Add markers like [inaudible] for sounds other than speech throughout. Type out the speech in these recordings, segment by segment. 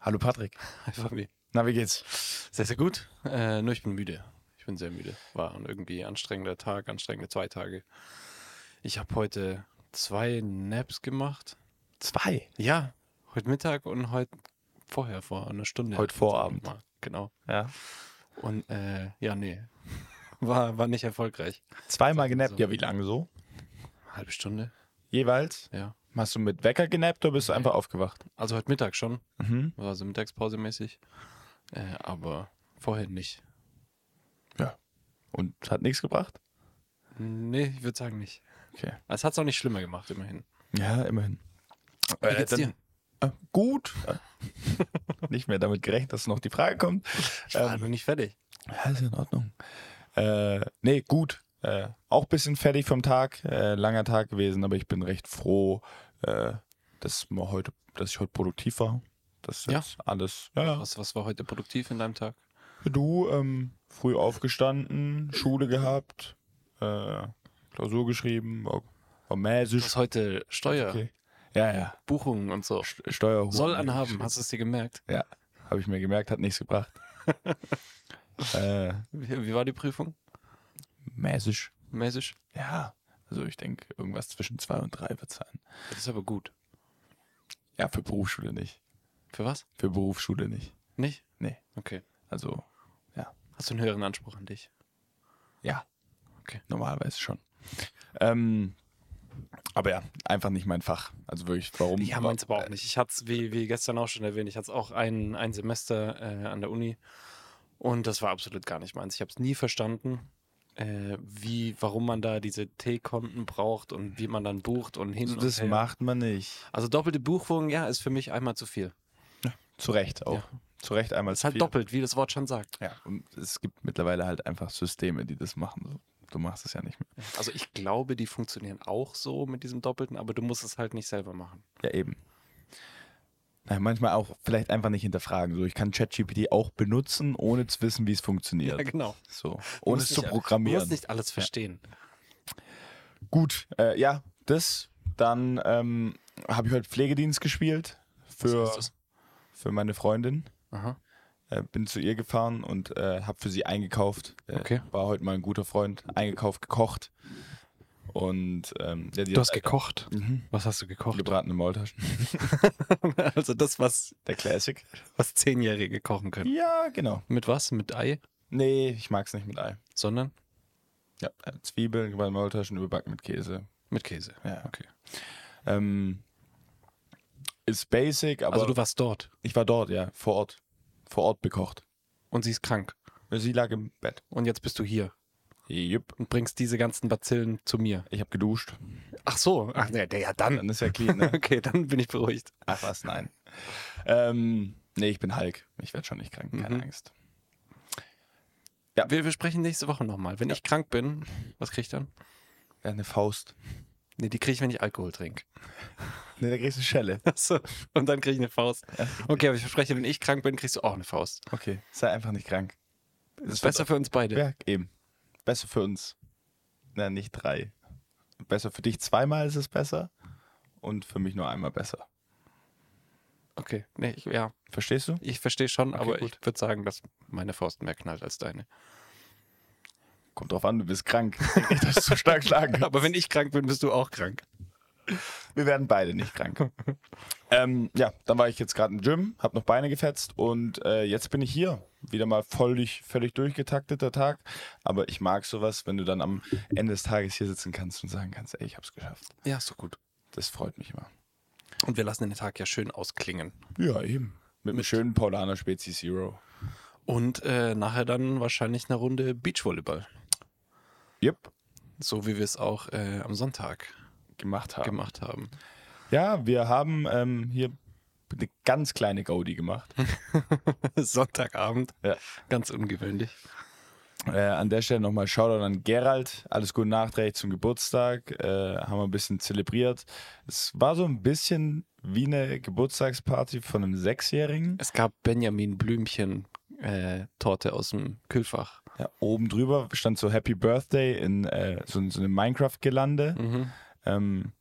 Hallo Patrick. Hi Fabi. Na, wie geht's? Sehr, sehr gut. Äh, nur ich bin müde. Ich bin sehr müde. War ein irgendwie anstrengender Tag, anstrengende zwei Tage. Ich habe heute zwei Naps gemacht. Zwei. Ja, heute Mittag und heute vorher, vor einer Stunde. Heute Vorabend. Genau. Ja. Und äh, ja, nee. [laughs] War, war nicht erfolgreich. Zweimal genappt. So. Ja, wie lange so? Halbe Stunde, Jeweils? ja. Hast du mit Wecker genappt oder bist du einfach aufgewacht? Also heute Mittag schon. Mhm. War so Mittagspause mäßig. Äh, aber vorher nicht. Und hat nichts gebracht? Nee, ich würde sagen nicht. Okay. Es hat es auch nicht schlimmer gemacht, immerhin. Ja, immerhin. Wie geht's dir? Äh, gut. [laughs] nicht mehr damit gerechnet, dass noch die Frage kommt. Ich war noch nicht fertig. Ja, ist in Ordnung. Äh, nee, gut. Äh, auch ein bisschen fertig vom Tag. Äh, langer Tag gewesen, aber ich bin recht froh, äh, dass, wir heute, dass ich heute produktiv war. Das ist Ja. jetzt alles. Ja, ja. Was, was war heute produktiv in deinem Tag? Du, ähm, früh aufgestanden, Schule gehabt, äh, Klausur geschrieben, war, war mäßig. Was heute Steuer, Okay. Ja, ja. Buchungen und so. St Steuerhoch. Soll anhaben, hast du es dir gemerkt? Ja, habe ich mir gemerkt, hat [laughs] nichts gebracht. äh, Wie, wie war die Prüfung? mäßig. Mäßig? Ja. Also ich denke, irgendwas zwischen zwei und drei wird sein. Das ist aber gut. Ja, für Berufsschule nicht. Für was? Für Berufsschule nicht. Nicht? Nee. Okay. Also Hast du einen höheren Anspruch an dich? Ja. Okay. Normalerweise schon. Ähm, aber ja, einfach nicht mein Fach. Also wirklich, warum? Ja, meins aber auch nicht. Ich hatte es, wie, wie gestern auch schon erwähnt, ich hatte es auch ein, ein Semester äh, an der Uni und das war absolut gar nicht meins. Ich habe es nie verstanden, äh, wie, warum man da diese T-Konten braucht und wie man dann bucht und hin Also und das her. macht man nicht. Also doppelte Buchung, ja, ist für mich einmal zu viel. Zu Recht auch. Zu Recht einmal ist halt viel. doppelt, wie das Wort schon sagt. Ja, und es gibt mittlerweile halt einfach Systeme, die das machen. So, Du machst es ja nicht mehr. Also ich glaube, die funktionieren auch so mit diesem Doppelten, aber du musst es halt nicht selber machen. Ja, eben. Na, manchmal auch vielleicht einfach nicht hinterfragen. So, ich kann ChatGPT auch benutzen, ohne zu wissen, wie es funktioniert. genau. So, ohne es zu programmieren. Du musst nicht alles verstehen. Gut, äh, ja, das. Dann ähm, habe ich heute Pflegedienst gespielt für, Was heißt für meine Freundin. das? Aha. Äh, bin zu ihr gefahren und äh, habe für sie eingekauft. Äh, Okay. War heute mal ein guter Freund. Eingekauft, gekocht. Und ähm, ja, die Du hast hat gekocht. mhm. Was hast du gekocht? gebratene Maultaschen. [laughs] also das, was, Der Classic. was Zehnjährige kochen können. Ja, genau. Mit was? Mit Ei? Nee, ich mag es nicht mit Ei. Sondern Ja, äh, Zwiebeln, gebratene Maultaschen, überbacken mit Käse. mit Käse. Ja. Okay. Ähm, ist basic, aber also du warst dort ich war dort, ja, vor Ort. Vor Ort bekocht. und sie ist krank. Sie lag im Bett. Und jetzt bist du hier Jupp. und bringst diese ganzen Bazillen zu mir. Ich habe geduscht. Ach so. Ach nee, der ja Dann ist ja clean, ne? [laughs] Okay, dann bin ich beruhigt. Ach was, nein. Ähm, nee, ich bin Hulk. Ich werde schon nicht krank, keine Mhm. Angst. Wir, wir sprechen nächste Woche nochmal. Wenn ich krank bin, was krieg ich dann? Ja, eine Faust. Nee, die kriege ich, wenn ich Alkohol [laughs] trinke. Nee, da kriegst du eine Schelle. Achso, und dann kriege ich eine Faust. Okay, aber ich verspreche, wenn ich krank bin, kriegst du auch eine Faust. Okay, sei einfach nicht krank. Das ist besser für uns beide. Ja, eben. Besser für uns. Na, nicht drei. Besser für dich zweimal ist es besser und für mich nur einmal besser. Okay, nee, ich, ja, Verstehst du? ich verstehe schon, Okay, aber gut. ich würde sagen, dass meine Faust mehr knallt als deine. Kommt drauf an, du bist krank. Ich denk nicht, dass du so [laughs] stark schlagen kannst. [laughs] Aber wenn ich krank bin, bist du auch krank. Wir werden beide nicht [laughs] krank. ähm, ja, dann war ich jetzt gerade im Gym, habe noch Beine gefetzt und äh, jetzt bin ich hier. Wieder mal völlig, völlig durchgetakteter Tag. Aber ich mag sowas, wenn du dann am Ende des Tages hier sitzen kannst und sagen kannst, ey, ich hab's geschafft. Ja, ist doch gut. Das freut mich immer. Und wir lassen den Tag ja schön ausklingen. Ja, eben. Mit einem schönen Paulaner Spezies Zero. Und äh, nachher dann wahrscheinlich eine Runde Beachvolleyball. Yep, So wie wir es auch äh, am Sonntag gemacht haben. gemacht haben. [laughs] Ja, wir haben ähm, hier eine ganz kleine Gaudi gemacht. Sonntagabend. Ja. Ganz ungewöhnlich. Äh, an der Stelle nochmal Shoutout an Gerald. Alles Gute nachträglich zum Geburtstag. Äh, haben wir ein bisschen zelebriert. Es war so ein bisschen wie eine Geburtstagsparty von einem Sechsjährigen. Es gab Benjamin Blümchen äh, Torte aus dem Kühlfach. Ja, oben drüber stand so Happy Birthday in äh, so, so einem Minecraft-Gelande. Ähm,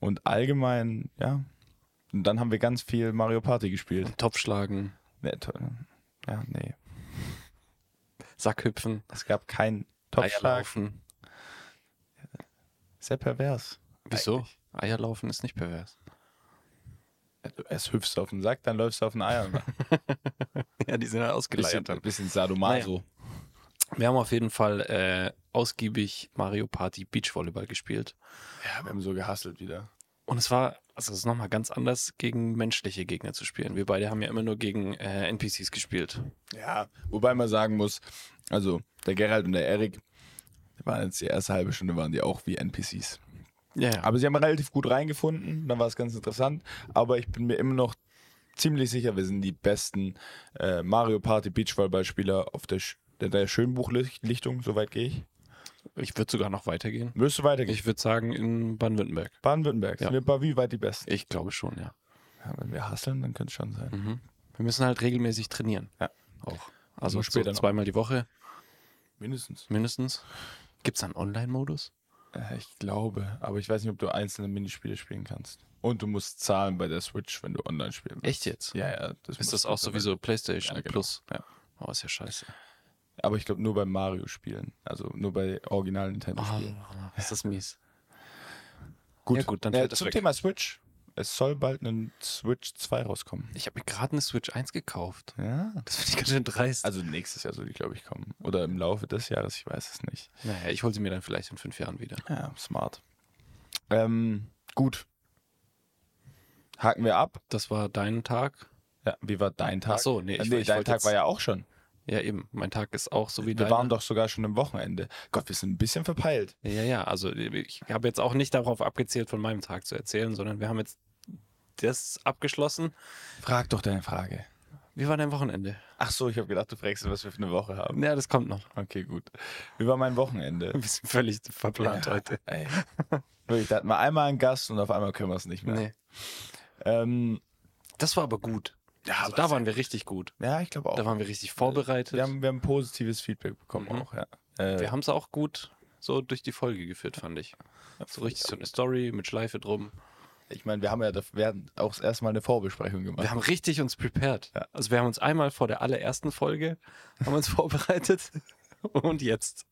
und allgemein, ja. Und dann haben wir ganz viel Mario Party gespielt. Mhm. Topfschlagen, Nee, toll. Ja, nee. Sackhüpfen, Es gab keinen Topfschlag. Eierlaufen. Sehr pervers. Wieso? Eierlaufen ist nicht pervers. Erst hüpfst du auf den Sack, dann läufst du auf den Eier. [laughs] Ja, die sind halt ja bisschen, bisschen Sadomaso. Wir haben auf jeden Fall äh, ausgiebig Mario Party Beachvolleyball gespielt. Ja, wir haben so gehasselt wieder. Und es war, also es ist nochmal ganz anders, gegen menschliche Gegner zu spielen. Wir beide haben ja immer nur gegen äh, NPCs gespielt. Ja, wobei man sagen muss, also der Gerald und der Erik, die waren jetzt die erste halbe Stunde, waren die auch wie NPCs. Ja, ja. Aber sie haben relativ gut reingefunden, dann war es ganz interessant. Aber ich bin mir immer noch ziemlich sicher, wir sind die besten äh, Mario Party Beachvolleyballspieler auf der, Sch der, der Schönbuchlichtung, soweit gehe ich. ich würde sogar noch weitergehen. Wirst du weitergehen? Ich würde sagen, in Baden-Württemberg. Baden-Württemberg, Ja. sind wir bei wie weit die Besten? Ich glaube schon, ja. Ja, wenn wir hasseln, dann könnte es schon sein. Wir müssen halt regelmäßig trainieren. Ja. Auch. Also Nur später später noch. zweimal die Woche Mindestens. mindestens. Gibt es einen Online-Modus? Äh, Ich glaube, aber ich weiß nicht, ob du einzelne Minispiele spielen kannst. Und du musst zahlen bei der Switch, wenn du online spielen willst. Echt jetzt? Ja, ja. Das Ist musst das du auch dabei. sowieso PlayStation Ja, genau. Plus? Ja. Oh, ist ja scheiße. Aber ich glaube nur bei Mario spielen. Also nur bei originalen Oh, Nintendo-Spielen. ist das mies. Gut, Ah, Ja, gut, dann Äh, fällt das zum weg. Thema Switch. Es soll bald ein Switch 2 rauskommen. Ich habe mir gerade eine Switch 1 gekauft. Ja. Das finde ich ganz schön dreist. Also nächstes Jahr soll die, glaube ich, kommen. Oder im Laufe des Jahres, ich weiß es nicht. naja, ich hole sie mir dann vielleicht in fünf Jahren wieder. Ja, smart. Ähm, gut. Haken wir ab. Das war dein Tag. Ja, wie war dein Tag? Ach so, nee, Äh, ich- nee ich dein wollte Tag jetzt- war ja auch schon. Ja, eben. Mein Tag ist auch so wie Wir deiner. waren doch sogar schon im Wochenende. Gott, wir sind ein bisschen verpeilt. Ja, ja, also ich habe jetzt auch nicht darauf abgezielt, von meinem Tag zu erzählen, sondern wir haben jetzt das abgeschlossen. Frag doch deine Frage. Wie war dein Wochenende? Ach so, ich habe gedacht, du fragst, was wir für eine Woche haben. Ja, das kommt noch. Okay, gut. Wie war mein Wochenende? [laughs] Wir sind völlig verplant heute. Ey. Wirklich, da hatten wir einmal einen Gast und auf einmal können wir es nicht mehr. Nee. Ähm, Das war aber gut. ja, Also aber da es- waren wir richtig gut. ja, ich glaube auch. Da waren wir richtig vorbereitet. wir, haben, wir haben positives Feedback bekommen Mhm. auch, ja. Äh, Wir haben es auch gut so durch die Folge geführt, fand ich. So richtig so eine Story mit Schleife drum. ich meine, wir haben ja da- wir hatten auch das erste Mal eine Vorbesprechung gemacht. Wir haben richtig uns prepared. Ja. Also wir haben uns einmal vor der allerersten Folge haben uns [laughs] vorbereitet und jetzt.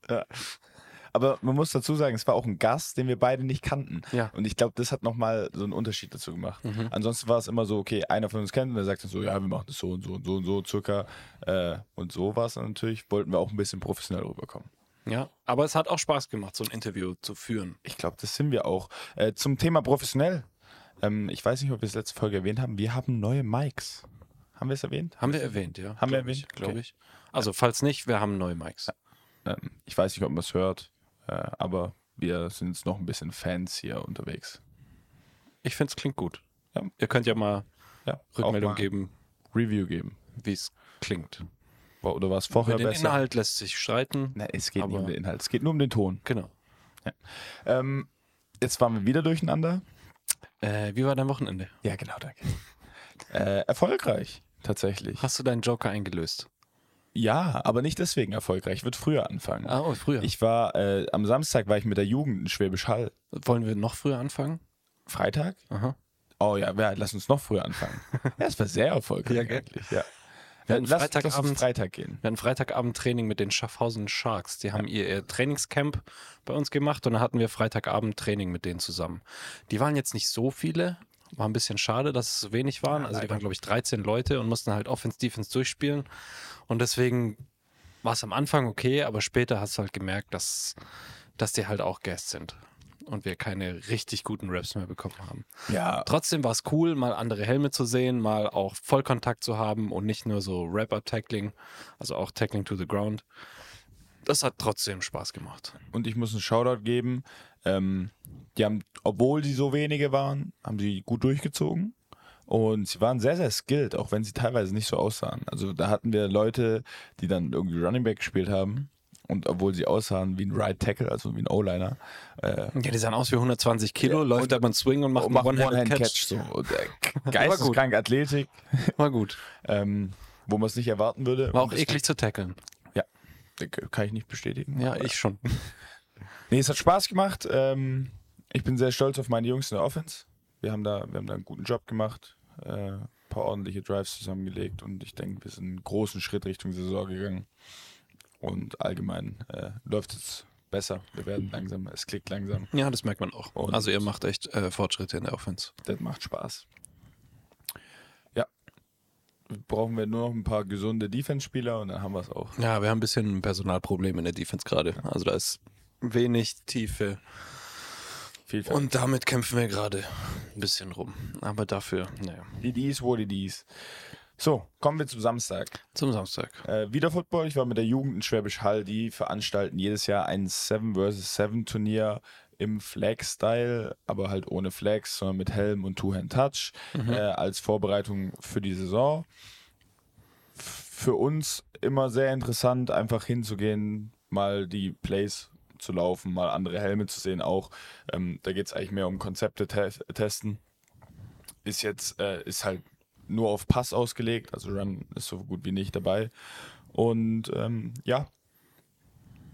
Aber man muss dazu sagen, es war auch ein Gast, den wir beide nicht kannten. Ja. Und ich glaube, das hat nochmal so einen Unterschied dazu gemacht. Mhm. Ansonsten war es immer so, okay, einer von uns kennt und der sagt dann so, ja, wir machen das so und so und so und so circa. Äh, und so war es dann natürlich, wollten wir auch ein bisschen professionell rüberkommen. Ja, aber es hat auch Spaß gemacht, so ein Interview zu führen. Ich glaube, das sind wir auch. Äh, zum Thema professionell. Ähm, ich weiß nicht, ob wir es letzte Folge erwähnt haben. Wir haben neue Mics. Haben wir es erwähnt? Haben wir erwähnt, ja. Haben wir Glaub ich, erwähnt? Glaube Okay. ich. Also falls nicht, wir haben neue Mics. Ähm, ich weiß nicht, ob man es hört, äh, aber wir sind jetzt noch ein bisschen Fans hier unterwegs. Ich finde, es klingt gut. Ja. Ihr könnt ja mal Ja, Rückmeldung auch mal geben, Review geben. wie es klingt. Oder war es vorher Über den besser? Inhalt lässt sich streiten. Na, es geht nicht um Aber- den Inhalt, es geht nur um den Ton. Genau. Ähm, jetzt waren wir wieder durcheinander. Äh, wie war dein Wochenende? Ja, genau, [laughs] danke. Äh, erfolgreich, tatsächlich. Hast du deinen Joker eingelöst? Ja, aber nicht deswegen erfolgreich. Ich würde früher anfangen. Ah, oh, früher. Ich war, äh, am Samstag war ich mit der Jugend in Schwäbisch Hall. Wollen wir noch früher anfangen? Freitag? Aha. Oh ja, ja, lass uns noch [laughs] früher anfangen. ja, es war sehr erfolgreich Ja, gell? eigentlich. Ja. Wir Ja, hatten lass, lass uns Freitagabend- Freitag gehen. Wir hatten Freitagabend Training mit den Schaffhausen Sharks. Die haben ihr, ihr Trainingscamp bei uns gemacht und dann hatten wir Freitagabend Training mit denen zusammen. Die waren jetzt nicht so viele. War ein bisschen schade, dass es so wenig waren. Also die waren, glaube ich, 13 Leute und mussten halt Offense, Defense durchspielen. Und deswegen war es am Anfang okay, aber später hast du halt gemerkt, dass, dass die halt auch Guests sind. Und wir keine richtig guten Raps mehr bekommen haben. Ja, Trotzdem war es cool, mal andere Helme zu sehen, mal auch Vollkontakt zu haben und nicht nur so Wrap-Up-Tackling, also auch Tackling to the Ground. Das hat trotzdem Spaß gemacht. und ich muss einen Shoutout geben. Ähm, die haben, obwohl sie so wenige waren, haben sie gut durchgezogen. Und sie waren sehr, sehr skilled, auch wenn sie teilweise nicht so aussahen. Also da hatten wir Leute, die dann irgendwie Running Back gespielt haben. Und obwohl sie aussahen wie ein Right Tackle, also wie ein O-Liner, äh, Ja, die sahen aus wie 120 Kilo, Ja, läuft aber ein Swing und macht einen One-Hand-Catch. halt so. [laughs] Und, äh, Aber gut. geisteskrank Athletik, War gut. ähm, wo man es nicht erwarten würde. War Und auch das eklig zu tackeln. Kann ich nicht bestätigen. Ja, ich schon. Nee, es hat Spaß gemacht. Ähm, ich bin sehr stolz auf meine Jungs in der Offense. Wir haben da, wir haben da einen guten Job gemacht, äh, ein paar ordentliche Drives zusammengelegt und ich denke, wir sind einen großen Schritt Richtung Saison gegangen. Und allgemein äh, läuft es besser. Wir werden langsam, es klickt langsam. Ja, das merkt man auch. Und- also ihr macht echt äh, Fortschritte in der Offense. Das macht Spaß. Ja. Brauchen wir nur noch ein paar gesunde Defense-Spieler und dann haben wir es auch. Ja, wir haben ein bisschen ein Personalproblem in der Defense gerade. Also da ist wenig Tiefe. Viel Ver- Und damit kämpfen wir gerade ein bisschen rum. Aber dafür, naja, It is what it is. So, kommen wir zum Samstag. zum Samstag. Äh, wieder Football. Ich war mit der Jugend in Schwäbisch Hall. Die veranstalten jedes Jahr ein 7 vs. 7 Turnier im Flag-Style, aber halt ohne Flags, sondern mit Helm und Two-Hand-Touch äh, als Vorbereitung für die Saison. F- Für uns immer sehr interessant, einfach hinzugehen, mal die Plays zu laufen, mal andere Helme zu sehen auch. Ähm, da geht es eigentlich mehr um Konzepte te testen. Ist jetzt, äh, ist halt nur auf Pass ausgelegt, also Run ist so gut wie nicht dabei. Und ähm, ja,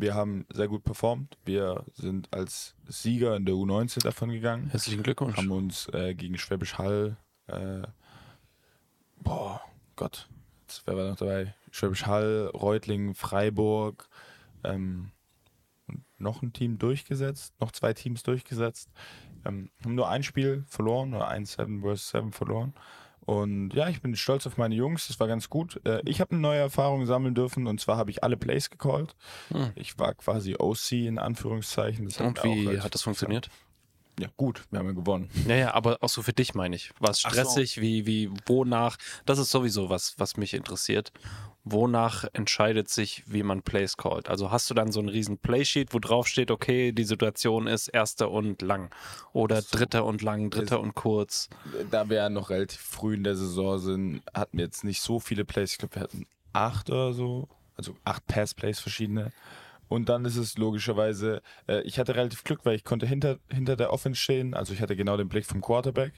wir haben sehr gut performt. Wir sind als Sieger in der U19 davon gegangen. Herzlichen Glückwunsch. Haben uns äh, gegen Schwäbisch Hall, äh, boah, Gott, jetzt, wer war noch dabei? Schwäbisch Hall, Reutlingen, Freiburg ähm, und noch ein Team durchgesetzt, noch zwei Teams durchgesetzt. Ähm, haben nur ein Spiel verloren, oder ein 7 vs 7 verloren. Und ja, ich bin stolz auf meine Jungs, das war ganz gut. Äh, ich habe eine neue Erfahrung sammeln dürfen und zwar habe ich alle Plays gecallt. Hm. Ich war quasi OC in Anführungszeichen. Das Und mir auch wie als- hat das funktioniert? Ja, gut, wir haben ja gewonnen. Naja, aber auch so für dich meine ich. War es Ach so. stressig? Wie, wie, wonach? Das ist sowieso was, was mich interessiert. Wonach entscheidet sich, wie man Plays callt? Also hast du dann so einen riesen Playsheet, wo drauf steht, okay, die Situation ist erster und lang oder dritter und lang, dritter und kurz. da wir ja noch relativ früh in der Saison sind, hatten wir jetzt nicht so viele Plays. Ich glaube, wir hatten acht oder so. Also acht Pass-Plays verschiedene. Und dann ist es logischerweise, äh, ich hatte relativ Glück, weil ich konnte hinter, hinter der Offense stehen. Also ich hatte genau den Blick vom Quarterback.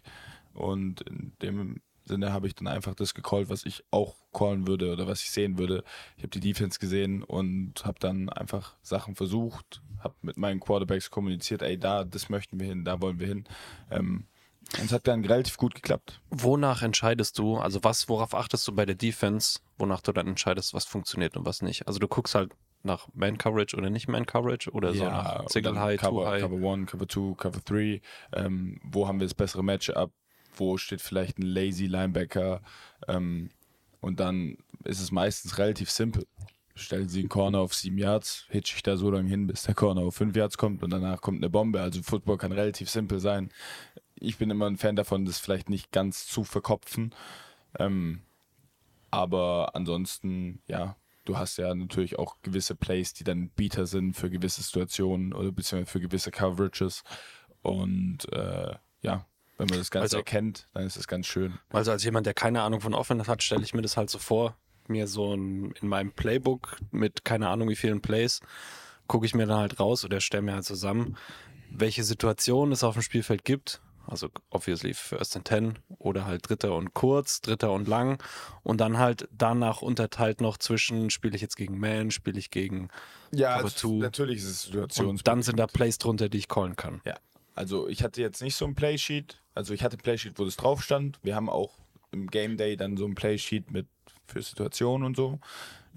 Und in dem Sinne habe ich dann einfach das gecallt, was ich auch callen würde oder was ich sehen würde. Ich habe die Defense gesehen und habe dann einfach Sachen versucht, habe mit meinen Quarterbacks kommuniziert, ey, da, das möchten wir hin, da wollen wir hin. Ähm, und es hat dann relativ gut geklappt. Wonach entscheidest du? Also was, worauf achtest du bei der Defense? Wonach du dann entscheidest, was funktioniert und was nicht? Also du guckst halt nach Man Coverage oder nicht Man Coverage oder so nach und Single dann High, Cover, Two High. Cover 1, Cover 2, Cover 3. Ähm, wo haben wir das bessere Matchup? Wo steht vielleicht ein lazy Linebacker? Ähm, und dann ist es meistens relativ simpel. Stellen Sie einen Corner auf 7 Yards, hitch ich da so lange hin, bis der Corner auf 5 Yards kommt und danach kommt eine Bombe. Also Football kann relativ simpel sein. Ich bin immer ein Fan davon, das vielleicht nicht ganz zu verkopfen. Ähm, aber ansonsten, ja, du hast ja natürlich auch gewisse Plays, die dann Bieter sind für gewisse Situationen oder beziehungsweise für gewisse Coverages. Und äh, ja, wenn man das Ganze Also- erkennt, dann ist es ganz schön. Also als jemand, der keine Ahnung von Offense hat, stelle ich mir das halt so vor, mir so ein, in meinem Playbook mit keine Ahnung wie vielen Plays, gucke ich mir dann halt raus oder stelle mir halt zusammen, welche Situationen es auf dem Spielfeld gibt. Also obviously First and Ten oder halt Dritter und Kurz, Dritter und Lang und dann halt danach unterteilt noch zwischen spiele ich jetzt gegen Man, spiele ich gegen Ja, Cover es- two. natürlich ist es situations. und dann sind da Plays drunter, die ich callen kann. ja. Also ich hatte jetzt nicht so ein Playsheet. Also ich hatte ein Playsheet, wo das drauf stand. Wir haben auch im Game Day dann so ein Playsheet mit für Situationen und so.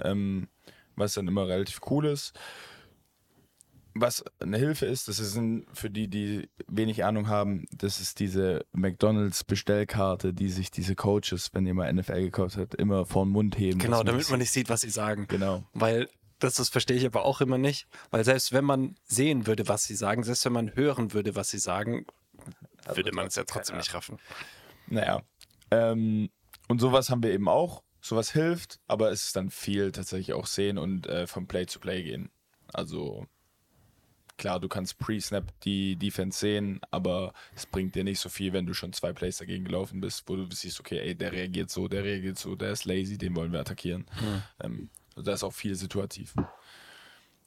Ähm, was dann immer relativ cool ist. Was eine Hilfe ist, das ist ein, für die, die wenig Ahnung haben, das ist diese McDonalds-Bestellkarte, die sich diese Coaches, wenn ihr mal NFL gekauft habt, immer vor den Mund heben. Genau, dass damit das- man nicht sieht, was sie sagen. Genau. Weil das, das verstehe ich aber auch immer nicht. Weil selbst wenn man sehen würde, was sie sagen, selbst wenn man hören würde, was sie sagen, würde man es ja trotzdem nicht raffen. Naja. Ähm, und sowas haben wir eben auch. Sowas hilft, aber es ist dann viel tatsächlich auch sehen und äh, von Play zu Play gehen. Also Klar, du kannst pre-snap die Defense sehen, aber es bringt dir nicht so viel, wenn du schon zwei Plays dagegen gelaufen bist, wo du siehst, okay, ey, der reagiert so, der reagiert so, der ist lazy, den wollen wir attackieren. Ähm, also da ist auch viel situativ.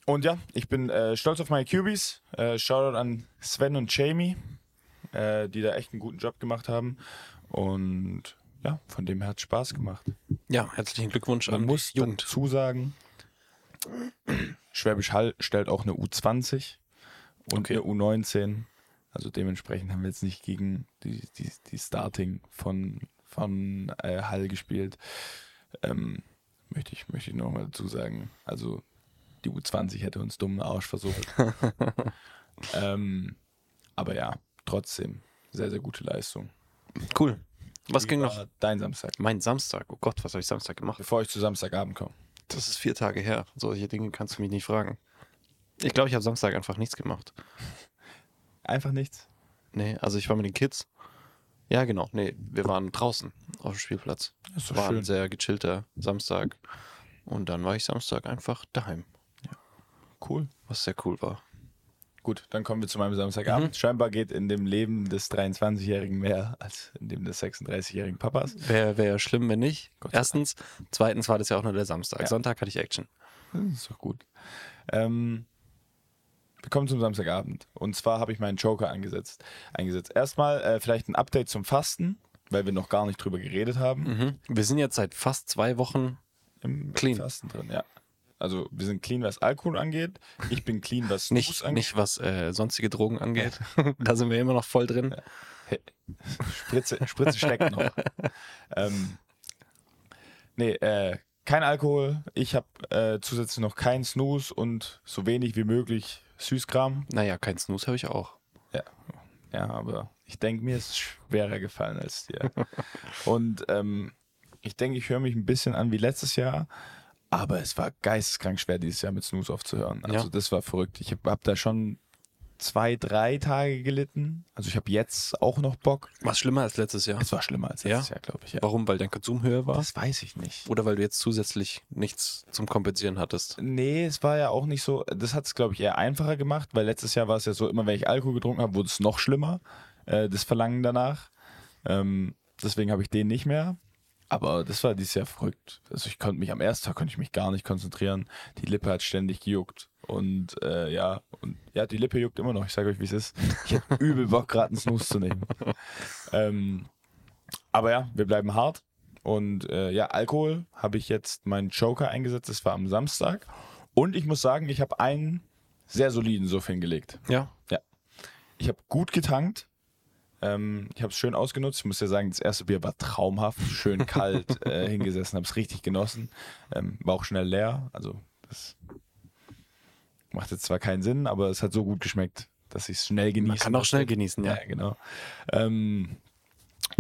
Und ja, ich bin äh, stolz auf meine QBs. Äh, Shoutout an Sven und Jamie, äh, die da echt einen guten Job gemacht haben. Und ja, von dem her hat Spaß gemacht. Ja, herzlichen Glückwunsch Man an muss die Jugend. dazu sagen, [clears throat] Schwäbisch Hall stellt auch eine U20 und eine U19. Also dementsprechend haben wir jetzt nicht gegen die, die, die Starting von, von äh, Hall gespielt. Ähm, möchte ich, möchte ich nochmal dazu sagen. Also die U20 hätte uns dummen [laughs] Arsch versucht. ähm, aber ja, trotzdem sehr, sehr gute Leistung. Cool. Was Wie ging noch? war Dein Samstag. Mein Samstag. Oh Gott, was habe ich Samstag gemacht? Bevor ich zu Samstagabend komme. Das ist vier Tage her. Solche Dinge kannst du mich nicht fragen. Ich glaube, ich habe Samstag einfach nichts gemacht. Einfach nichts. Nee, also ich war mit den Kids. Ja, genau. Nee, wir waren draußen auf dem Spielplatz. Ist war ein sehr gechillter Samstag. Und dann war ich Samstag einfach daheim, Cool. was sehr cool war. Gut, dann kommen wir zu meinem Mhm. Samstagabend. Scheinbar geht in dem Leben des 23-Jährigen mehr als in dem des 36-Jährigen Papas. Wäre wär schlimm, wenn nicht. Gott sei Erstens. Zweitens war das ja auch nur der Samstag. Ja. Sonntag hatte ich Action. Das ist doch gut. Ähm, wir kommen zum Samstagabend. Und zwar habe ich meinen Joker angesetzt. eingesetzt. Erstmal äh, vielleicht ein Update zum Fasten, weil wir noch gar nicht drüber geredet haben. Wir sind jetzt seit fast zwei Wochen. Im Clean. Fasten drin, ja. Also wir sind clean, was Alkohol angeht. Ich bin clean, was Snus Nicht, angeht. nicht was äh, sonstige Drogen angeht. [laughs] da sind wir immer noch voll drin. Spritze, Spritze steckt noch. ähm, nee, äh, kein Alkohol. Ich habe äh, zusätzlich noch keinen Snooze und so wenig wie möglich Süßkram. Naja, kein Snooze habe ich auch. Ja, aber ich denke, mir ist es schwerer gefallen als dir. und ähm, ich denke, ich höre mich ein bisschen an wie letztes Jahr. Aber es war geisteskrank schwer, dieses Jahr mit Snooze aufzuhören. Also Ja. das war verrückt. Ich habe hab da schon zwei, drei Tage gelitten. Also ich habe jetzt auch noch Bock. Was schlimmer als letztes Jahr. Es war schlimmer als Ja? letztes Jahr, glaube ich. Ja. Warum? Weil dein Konsum höher war? Das weiß ich nicht. Oder weil du jetzt zusätzlich nichts zum Kompensieren hattest? Nee, es war ja auch nicht so, das hat es, glaube ich, eher einfacher gemacht, weil letztes Jahr war es ja so, immer wenn ich Alkohol getrunken habe, wurde es noch schlimmer, äh, das Verlangen danach. Ähm, deswegen habe ich den nicht mehr. Aber das war dieses Jahr verrückt. Also ich konnte mich am ersten Tag konnte ich mich gar nicht konzentrieren. Die Lippe hat ständig gejuckt. Und äh, ja, und ja, die Lippe juckt immer noch. Ich sage euch, wie es ist. Ich hätte übel Bock, gerade einen Snooze zu [laughs] nehmen. Ähm, aber ja, wir bleiben hart. Und äh, ja, Alkohol habe ich jetzt meinen Joker eingesetzt. Das war am Samstag. Und ich muss sagen, ich habe einen sehr soliden Suff hingelegt. Ja. Ich habe gut getankt. Ähm, ich habe es schön ausgenutzt. Ich muss ja sagen, das erste Bier war traumhaft. Schön [laughs] kalt äh, hingesessen, habe es richtig genossen. Ähm, war auch schnell leer. Also, das macht jetzt zwar keinen Sinn, aber es hat so gut geschmeckt, dass ich es schnell genießen Man kann auch schnell genießen, ja. ja, genau. Ähm,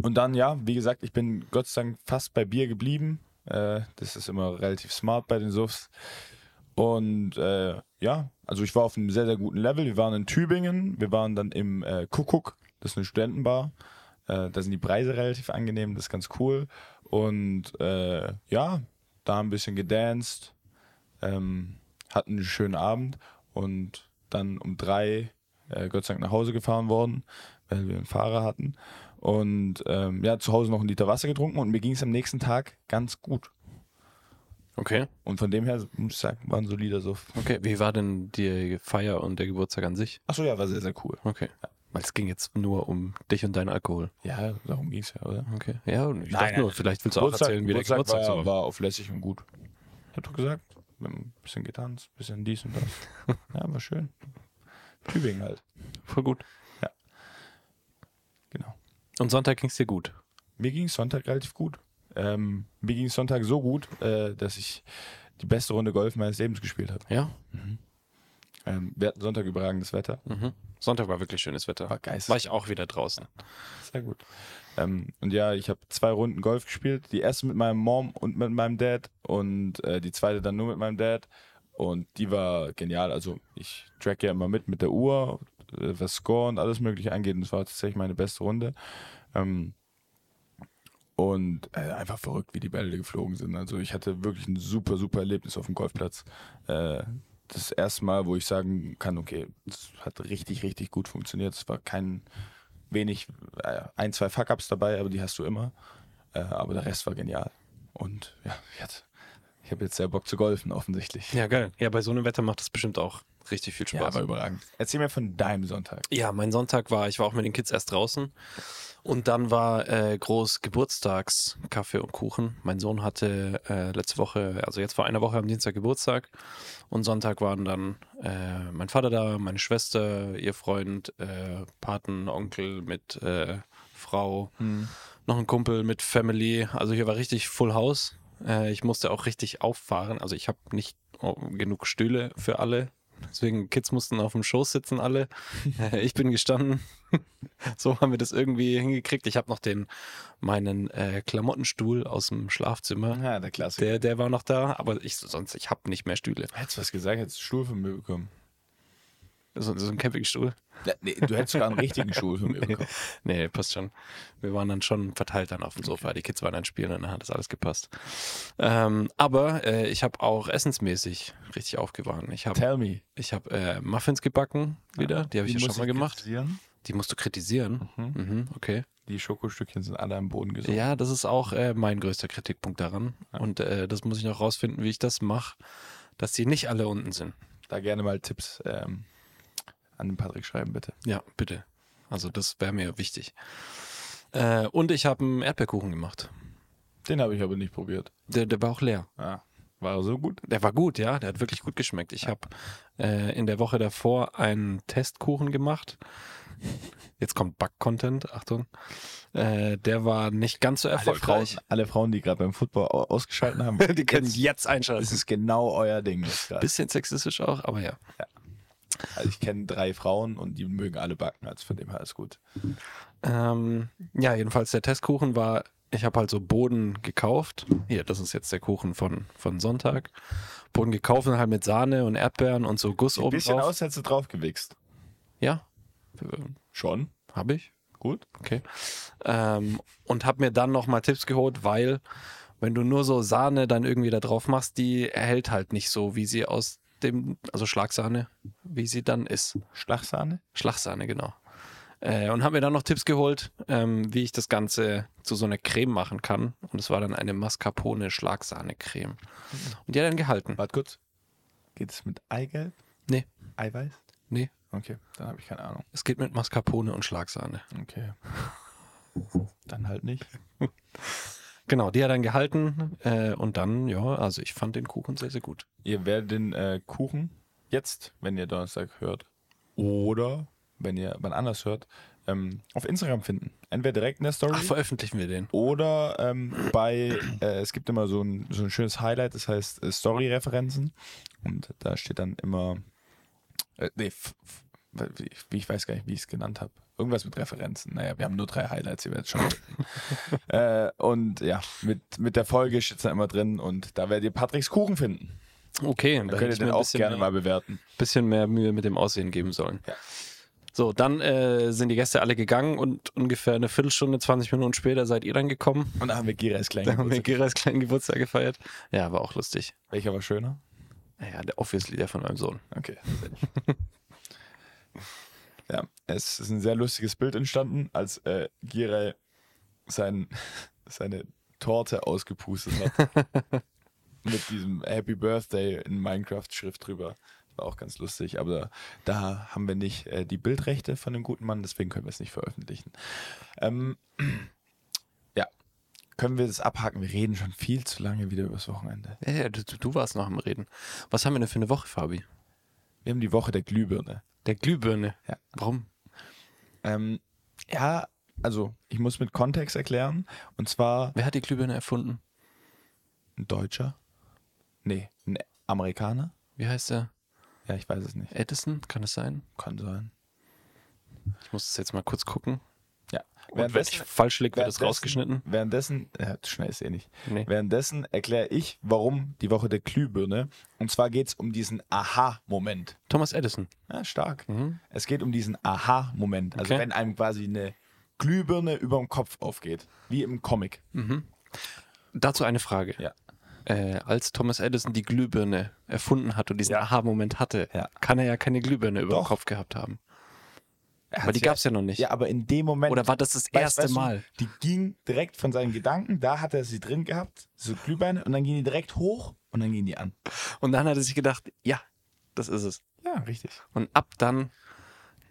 und dann, ja, wie gesagt, ich bin Gott sei Dank fast bei Bier geblieben. Äh, das ist immer relativ smart bei den Suffs. Und äh, ja, also ich war auf einem sehr, sehr guten Level. Wir waren in Tübingen, wir waren dann im äh, Kuckuck, das ist eine Studentenbar. Äh, da sind die Preise relativ angenehm, das ist ganz cool. Und äh, ja, da ein bisschen gedanced, ähm, hatten einen schönen Abend und dann um drei äh, Gott sei Dank nach Hause gefahren worden, weil wir einen Fahrer hatten. Und ähm, ja, zu Hause noch einen Liter Wasser getrunken und mir ging es am nächsten Tag ganz gut. Okay. Und von dem her, muss ich sagen, war ein solider Suff. Okay. Wie war denn die Feier und der Geburtstag an sich? Achso, ja, war sehr, sehr cool. Okay. Weil es ging jetzt nur um dich und deinen Alkohol. Ja, darum ging es ja, oder? Okay. Ja, und ich Nein, dachte nein. nur, vielleicht willst du auch erzählen, wie der Geburtstag Geburtstag war, so war. war auf lässig und gut. Ich hab doch gesagt, wir haben ein bisschen getanzt, ein bisschen dies und das. ja, war schön. Tübingen halt, Voll gut. genau. Und Sonntag ging es dir gut. Mir ging Sonntag relativ gut. Ähm, mir ging Sonntag so gut, äh, dass ich die beste Runde Golf meines Lebens gespielt habe. Ja. Ähm, wir hatten Sonntag überragendes Wetter. Mhm. Sonntag war wirklich schönes Wetter. War geil. War ich auch wieder draußen. Sehr gut. Ähm, und ja, ich habe zwei Runden Golf gespielt. Die erste mit meinem Mom und mit meinem Dad und äh, die zweite dann nur mit meinem Dad. Und die war genial. Also ich track ja immer mit mit der Uhr, äh, was Score und alles mögliche angeht. Und es war tatsächlich meine beste Runde. Ähm, und äh, einfach verrückt, wie die Bälle geflogen sind. Also ich hatte wirklich ein super, super Erlebnis auf dem Golfplatz. Äh, das erste Mal, wo ich sagen kann, okay, das hat richtig, richtig gut funktioniert. Es war kein wenig, äh, ein, zwei Fuck-Ups dabei, aber die hast du immer. Äh, aber der Rest war genial. Und ja, jetzt, ich habe jetzt sehr Bock zu golfen, offensichtlich. Ja, geil. Ja, bei so einem Wetter macht das bestimmt auch richtig viel Ja, Spaß. war überragend. Erzähl mir von deinem Sonntag. Ja, mein Sonntag war, ich war auch mit den Kids erst draußen und dann war äh, groß Geburtstagskaffee und Kuchen. Mein Sohn hatte äh, letzte Woche, also jetzt vor einer Woche am Dienstag Geburtstag und Sonntag waren dann äh, mein Vater da, meine Schwester, ihr Freund, äh, Paten, Onkel mit äh, Frau, noch ein Kumpel mit Family. Also hier war richtig Full House. Äh, ich musste auch richtig auffahren. Also ich habe nicht oh, genug Stühle für alle. Deswegen, Kids mussten auf dem Schoß sitzen alle. Äh, ich bin gestanden. [laughs] so haben wir das irgendwie hingekriegt. Ich habe noch den meinen äh, Klamottenstuhl aus dem Schlafzimmer. Ja, der Klassiker. Der, der war noch da, aber ich sonst, ich habe nicht mehr Stühle. Hättest du was gesagt, hättest du Stuhl von mir bekommen. So, so ein Campingstuhl. Ja, nee, du hättest sogar einen richtigen Stuhl [laughs] von mir bekommen. Nee, passt schon. Wir waren dann schon verteilt dann auf dem Sofa. Die Kids waren dann spielen und dann hat das alles gepasst. Ähm, aber äh, ich habe auch essensmäßig richtig aufgewagen. Ich habe Tell me. ich hab, äh, Muffins gebacken wieder. Die habe ich Die ja muss schon mal gemacht. kritisieren. Hm? Die musst du kritisieren. Mhm, okay. Die Schokostückchen sind alle am Boden gesunken. Ja, das ist auch äh, mein größter Kritikpunkt daran. Und äh, das muss ich noch rausfinden, wie ich das mache, dass die nicht alle unten sind. Da gerne mal Tipps ähm, an den Patrick schreiben, bitte. Ja, bitte. Also das wäre mir wichtig. Äh, und ich habe einen Erdbeerkuchen gemacht. Den habe ich aber nicht probiert. Der, der war auch leer. Ah, war er so gut? Der war gut, ja. Der hat wirklich gut geschmeckt. Ich habe äh, in der Woche davor einen Testkuchen gemacht. Jetzt kommt Back-Content, Achtung. Äh, der war nicht ganz so Alle Frauen, erfolgreich. alle Frauen, die gerade beim Football au- ausgeschalten [laughs] haben, Die können jetzt, das einschalten. ist genau euer Ding. jetzt gerade. Bisschen sexistisch auch, aber ja. Also ich kenne drei Frauen und die mögen alle backen, also von dem her alles gut. Ähm, ja, jedenfalls der Testkuchen war, ich habe halt so Boden gekauft. Hier, das ist jetzt der Kuchen von, von Sonntag. Boden gekauft und halt mit Sahne und Erdbeeren und so Guss Ein oben bisschen drauf. aus, hättest du draufgewichst. Ja, Schon. habe ich. Gut. Okay. Ähm, und habe mir dann nochmal Tipps geholt, weil wenn du nur so Sahne dann irgendwie da drauf machst, die erhält halt nicht so, wie sie aus dem, also Schlagsahne, wie sie dann ist. Schlagsahne? Schlagsahne, genau. Äh, und habe mir dann noch Tipps geholt, ähm, wie ich das Ganze zu so einer Creme machen kann. Und es war dann eine Mascarpone-Schlagsahne-Creme. Und die hat dann gehalten. Warte kurz. Geht es mit Eigelb? Nee. Eiweiß? Nee, Okay, dann habe ich keine Ahnung. es geht mit Mascarpone und Schlagsahne. [laughs] Okay. Dann halt nicht. Genau, die hat dann gehalten. Äh, und dann, ja, also ich fand den Kuchen sehr, sehr gut. Ihr werdet den äh, Kuchen jetzt, wenn ihr Donnerstag hört, oder wenn ihr wann anders hört, ähm, auf Instagram finden. Entweder direkt in der Story Ach, veröffentlichen wir den. oder ähm, bei, äh, es gibt immer so ein, so ein schönes Highlight, das heißt äh, Story-Referenzen. Und da steht dann immer, äh, nee, f- f- wie, wie ich weiß gar nicht, wie ich es genannt habe. Irgendwas mit Referenzen. Naja, wir haben nur drei Highlights, ihr werdet schon. [laughs] äh, und ja, mit, mit der Folge steht es dann immer drin und da werdet ihr Patricks Kuchen finden. Okay, Dann könnt ihr den auch gerne mal bewerten. bisschen mehr Mühe mit dem Aussehen geben sollen. Ja. So, dann äh, sind die Gäste alle gegangen und ungefähr eine Viertelstunde, 20 Minuten später seid ihr dann gekommen. Und da haben wir Giras klein Da haben wir Geburtstag. Geras kleinen Geburtstag gefeiert. Ja, war auch lustig. Welcher war schöner? Ja, der obviously der von meinem Sohn. Okay. [laughs] ja, es ist ein sehr lustiges Bild entstanden, als äh, Giray sein, [laughs] seine Torte ausgepustet hat. Mit diesem Happy Birthday in Minecraft-Schrift drüber. War auch ganz lustig, aber da haben wir nicht äh, die Bildrechte von dem guten Mann, deswegen können wir es nicht veröffentlichen. Ähm, [clears throat] ja, können wir das abhaken? Wir reden schon viel zu lange wieder übers Wochenende. Ja, ja, du, du warst noch am Reden. Was haben wir denn für eine Woche, Fabi? Wir haben die Woche der Glühbirne. Der Glühbirne. Ja. Warum? Ähm, ja, also ich muss mit Kontext erklären. Und zwar Wer hat die Glühbirne erfunden? ein Deutscher. Nee, ein Amerikaner. Wie heißt er? Ja, ich weiß es nicht. Edison? Kann es sein? Kann sein. Ich muss das jetzt mal kurz gucken. Ja. Und wenn ich falsch liege, wird das rausgeschnitten. Währenddessen, ja, schnell ist eh nicht. Nee. Währenddessen erkläre ich, warum die Woche der Glühbirne. Und zwar geht es um diesen Aha-Moment. Thomas Edison. Ja, stark. Mhm. Es geht um diesen Aha-Moment. Also Okay. wenn einem quasi eine Glühbirne über dem Kopf aufgeht. Wie im Comic. Dazu eine Frage. Ja. äh, als Thomas Edison die Glühbirne erfunden hat und diesen Ja. Aha-Moment hatte, Ja. kann er ja keine Glühbirne über dem Doch. Kopf gehabt haben. Er Aber hat die sie gab es ja noch nicht. Ja, aber in dem Moment. Oder war das das Weißt- erste weißt du, Mal? Die ging direkt von seinen Gedanken, da hat er sie drin gehabt, so Glühbeine, und dann ging die direkt hoch und dann ging die an. Und dann hat er sich gedacht, ja, das ist es. Ja, richtig. Und ab dann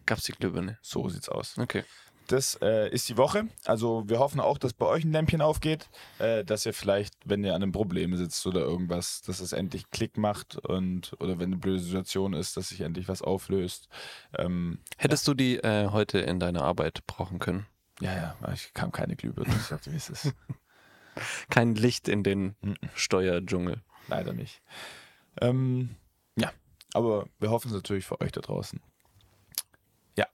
gab es die Glühbirne. So sieht's aus. Okay. Das äh, ist die Woche. Also wir hoffen auch, dass bei euch ein Lämpchen aufgeht, äh, dass ihr vielleicht, wenn ihr an einem Problem sitzt oder irgendwas, dass es endlich Klick macht und oder wenn eine blöde Situation ist, dass sich endlich was auflöst. Ähm, Hättest du die äh, heute in deiner Arbeit brauchen können? ja, ja, ich kam keine Glühbirne. Ich dachte, wie ist es? Kein Licht in den Mhm. Steuerdschungel. Leider nicht. Ähm, ja, aber wir hoffen es natürlich für euch da draußen. Ja,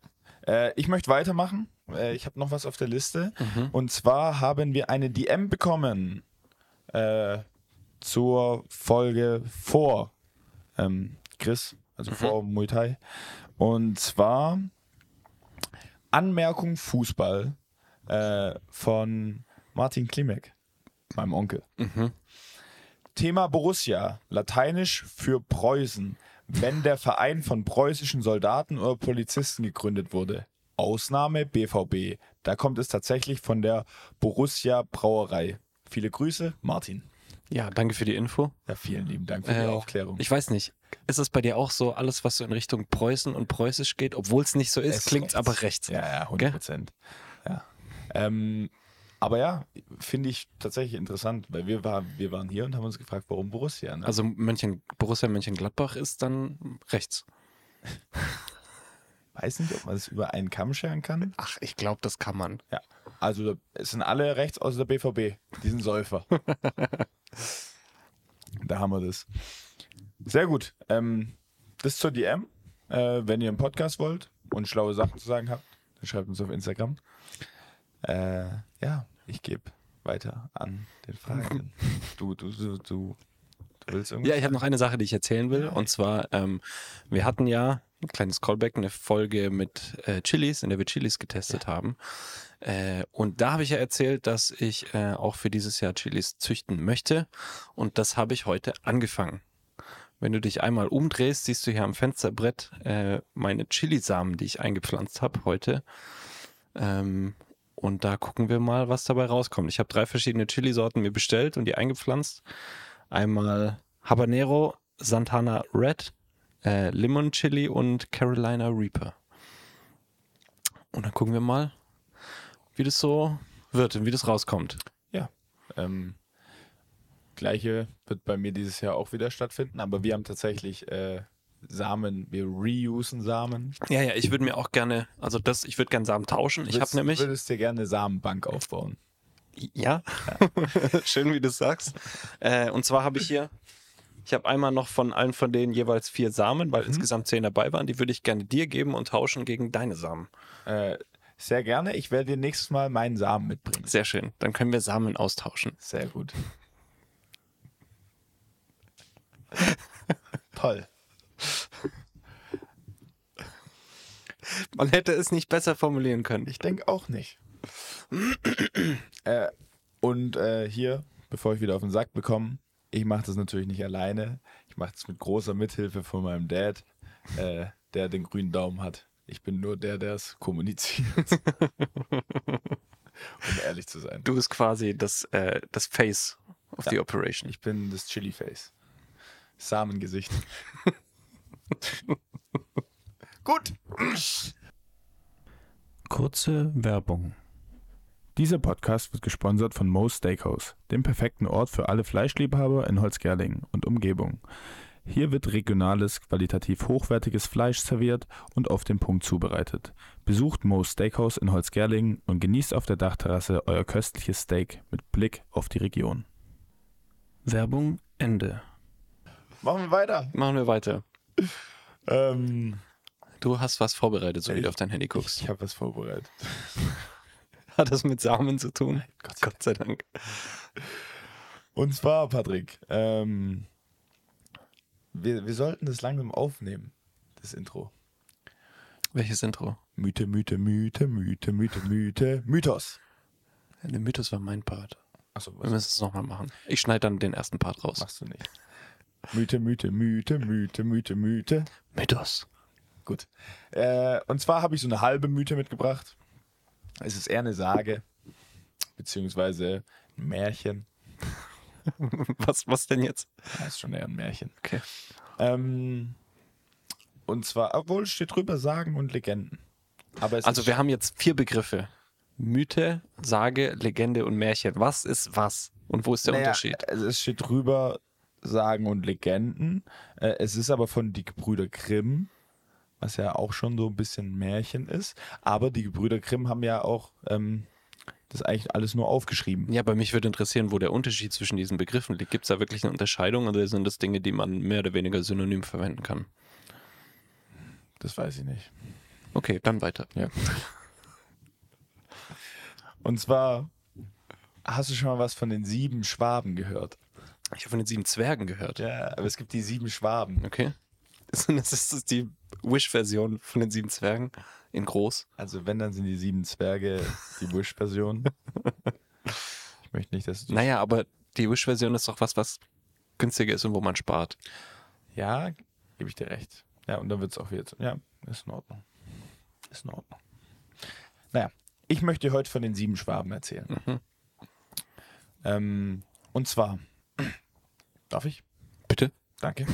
äh, ich möchte weitermachen. Äh, ich habe noch was auf der Liste. Und zwar haben wir eine DM bekommen äh, zur Folge vor ähm, Chris, also vor Muay Thai. Und zwar Anmerkung Fußball äh, von Martin Klimek, meinem Onkel. Thema Borussia, lateinisch für Preußen, wenn der Verein von preußischen Soldaten oder Polizisten gegründet wurde. Ausnahme BVB. Da kommt es tatsächlich von der Borussia Brauerei. Viele Grüße, Martin. Ja, danke für die Info. Ja, vielen lieben Dank für die Äh, Aufklärung. Ich weiß nicht, ist es bei dir auch so, alles, was so in Richtung Preußen und Preußisch geht, obwohl es nicht so ist, Es klingt rechts. aber rechts. Ja, ja, 100 Prozent. Ja. Ähm, aber ja, finde ich tatsächlich interessant, weil wir, war, wir waren hier und haben uns gefragt, warum Borussia. Ne? Also München, Borussia Mönchengladbach ist dann rechts. weiß nicht, ob man es über einen Kamm scheren kann. Ach, ich glaube, das kann man. Ja. Also es sind alle rechts außer der BVB. Die sind Säufer. da haben wir das. Sehr gut. Ähm, das zur DM. Äh, wenn ihr einen Podcast wollt und schlaue Sachen zu sagen habt, dann schreibt uns auf Instagram. Äh, ja, ich gebe weiter an den Fragen. Du, du, du, du, du willst irgendwas? Ja, ich habe noch eine Sache, die ich erzählen will. Und zwar, ähm, wir hatten ja ein kleines Callback, eine Folge mit äh, Chilis, in der wir Chilis getestet haben. Äh, und da habe ich ja erzählt, dass ich äh, auch für dieses Jahr Chilis züchten möchte. Und das habe ich heute angefangen. Wenn du dich einmal umdrehst, siehst du hier am Fensterbrett äh, meine Chilisamen, die ich eingepflanzt habe heute. Ähm, und da gucken wir mal, was dabei rauskommt. Ich habe drei verschiedene Chilisorten mir bestellt und die eingepflanzt. Einmal Habanero, Santana Red, äh, Lemon Chili und Carolina Reaper. Und dann gucken wir mal, wie das so wird und wie das rauskommt. Ähm, Gleiche wird bei mir dieses Jahr auch wieder stattfinden, aber wir haben tatsächlich äh, Samen, wir reusen Samen. Ja, ja, ich würde mir auch gerne, also das, ich würde gerne Samen tauschen. Ich habe Würdest- nämlich, Würdest dir gerne eine Samenbank aufbauen? ja, [laughs] schön, wie du es sagst. Äh, und zwar habe ich hier, ich habe einmal noch von allen von denen jeweils vier Samen, weil insgesamt zehn dabei waren. Die würde ich gerne dir geben und tauschen gegen deine Samen. Äh, sehr gerne. Ich werde dir nächstes Mal meinen Samen mitbringen. Sehr schön. Dann können wir Samen austauschen. Sehr [laughs] gut. Toll. Man hätte es nicht besser formulieren können. Ich denke auch nicht. äh, und äh, hier, bevor ich wieder auf den Sack bekomme, ich mache das natürlich nicht alleine. Ich mache das mit großer Mithilfe von meinem Dad, äh, der den grünen Daumen hat. Ich bin nur der, der es kommuniziert. [laughs] um ehrlich zu sein. Du bist quasi das, äh, das Face of the Operation. Ich bin das Chili Face. Samengesicht. Gut. Kurze Werbung. Dieser Podcast wird gesponsert von Moe's Steakhouse, dem perfekten Ort für alle Fleischliebhaber in Holzgerlingen und Umgebung. Hier wird regionales, qualitativ hochwertiges Fleisch serviert und auf den Punkt zubereitet. Besucht Moe's Steakhouse in Holzgerlingen und genießt auf der Dachterrasse euer köstliches Steak mit Blick auf die Region. Werbung Ende. Machen wir weiter. Machen wir weiter. Ähm, Du hast was vorbereitet, so wie Ich- du auf dein Handy guckst. ich habe was vorbereitet. [laughs] Hat das mit Samen zu tun? Gott sei, Dank. Und zwar, Patrick, ähm, wir, wir sollten das langsam aufnehmen, das Intro. Welches Intro? Mythe, Mythe, Mythe, Mythe, Mythe, Mythe, Mythos. Der Mythos war mein Part. Achso, Wir was müssen es nochmal machen. Ich schneide dann den ersten Part raus. machst du nicht? Mythe, Mythe, Mythe, Mythe, Mythe, Mythe. Mythos. [laughs] Gut. Äh, und zwar habe ich so eine halbe Mythe mitgebracht. Es ist eher eine Sage, beziehungsweise ein Märchen. Was, was denn jetzt? Das ist schon eher ein Märchen. Okay. Ähm, und zwar, obwohl steht drüber Sagen und Legenden. Aber es Also ist wir haben jetzt vier Begriffe. Mythe, Sage, Legende und Märchen. Was ist was? Und wo ist der Naja, Unterschied? Also es steht drüber Sagen und Legenden. Äh, Es ist aber von die Gebrüder Grimm, was ja auch schon so ein bisschen Märchen ist. Aber die Gebrüder Grimm haben ja auch ähm, das eigentlich alles nur aufgeschrieben. Ja, aber mich würde interessieren, wo der Unterschied zwischen diesen Begriffen liegt. Gibt es da wirklich eine Unterscheidung oder sind das Dinge, die man mehr oder weniger synonym verwenden kann? Das weiß ich nicht. Okay, dann weiter. [laughs] Und zwar hast du schon mal was von den sieben Schwaben gehört? Ich habe von den sieben Zwergen gehört. Ja, aber es gibt die sieben Schwaben. Okay. [laughs] Das ist das die Wish-Version von den sieben Zwergen in groß. Also wenn, dann sind die sieben Zwerge die [laughs] Wish-Version. Ich möchte nicht, dass du... Naja, aber die Wish-Version ist doch was, was günstiger ist und wo man spart. Ja, gebe ich dir recht. Ja, und dann wird es auch wieder. zu- Ja, ist in Ordnung. Ist in Ordnung. Naja, ich möchte dir heute von den sieben Schwaben erzählen. Ähm, und zwar, [clears throat] darf ich? Bitte? Danke.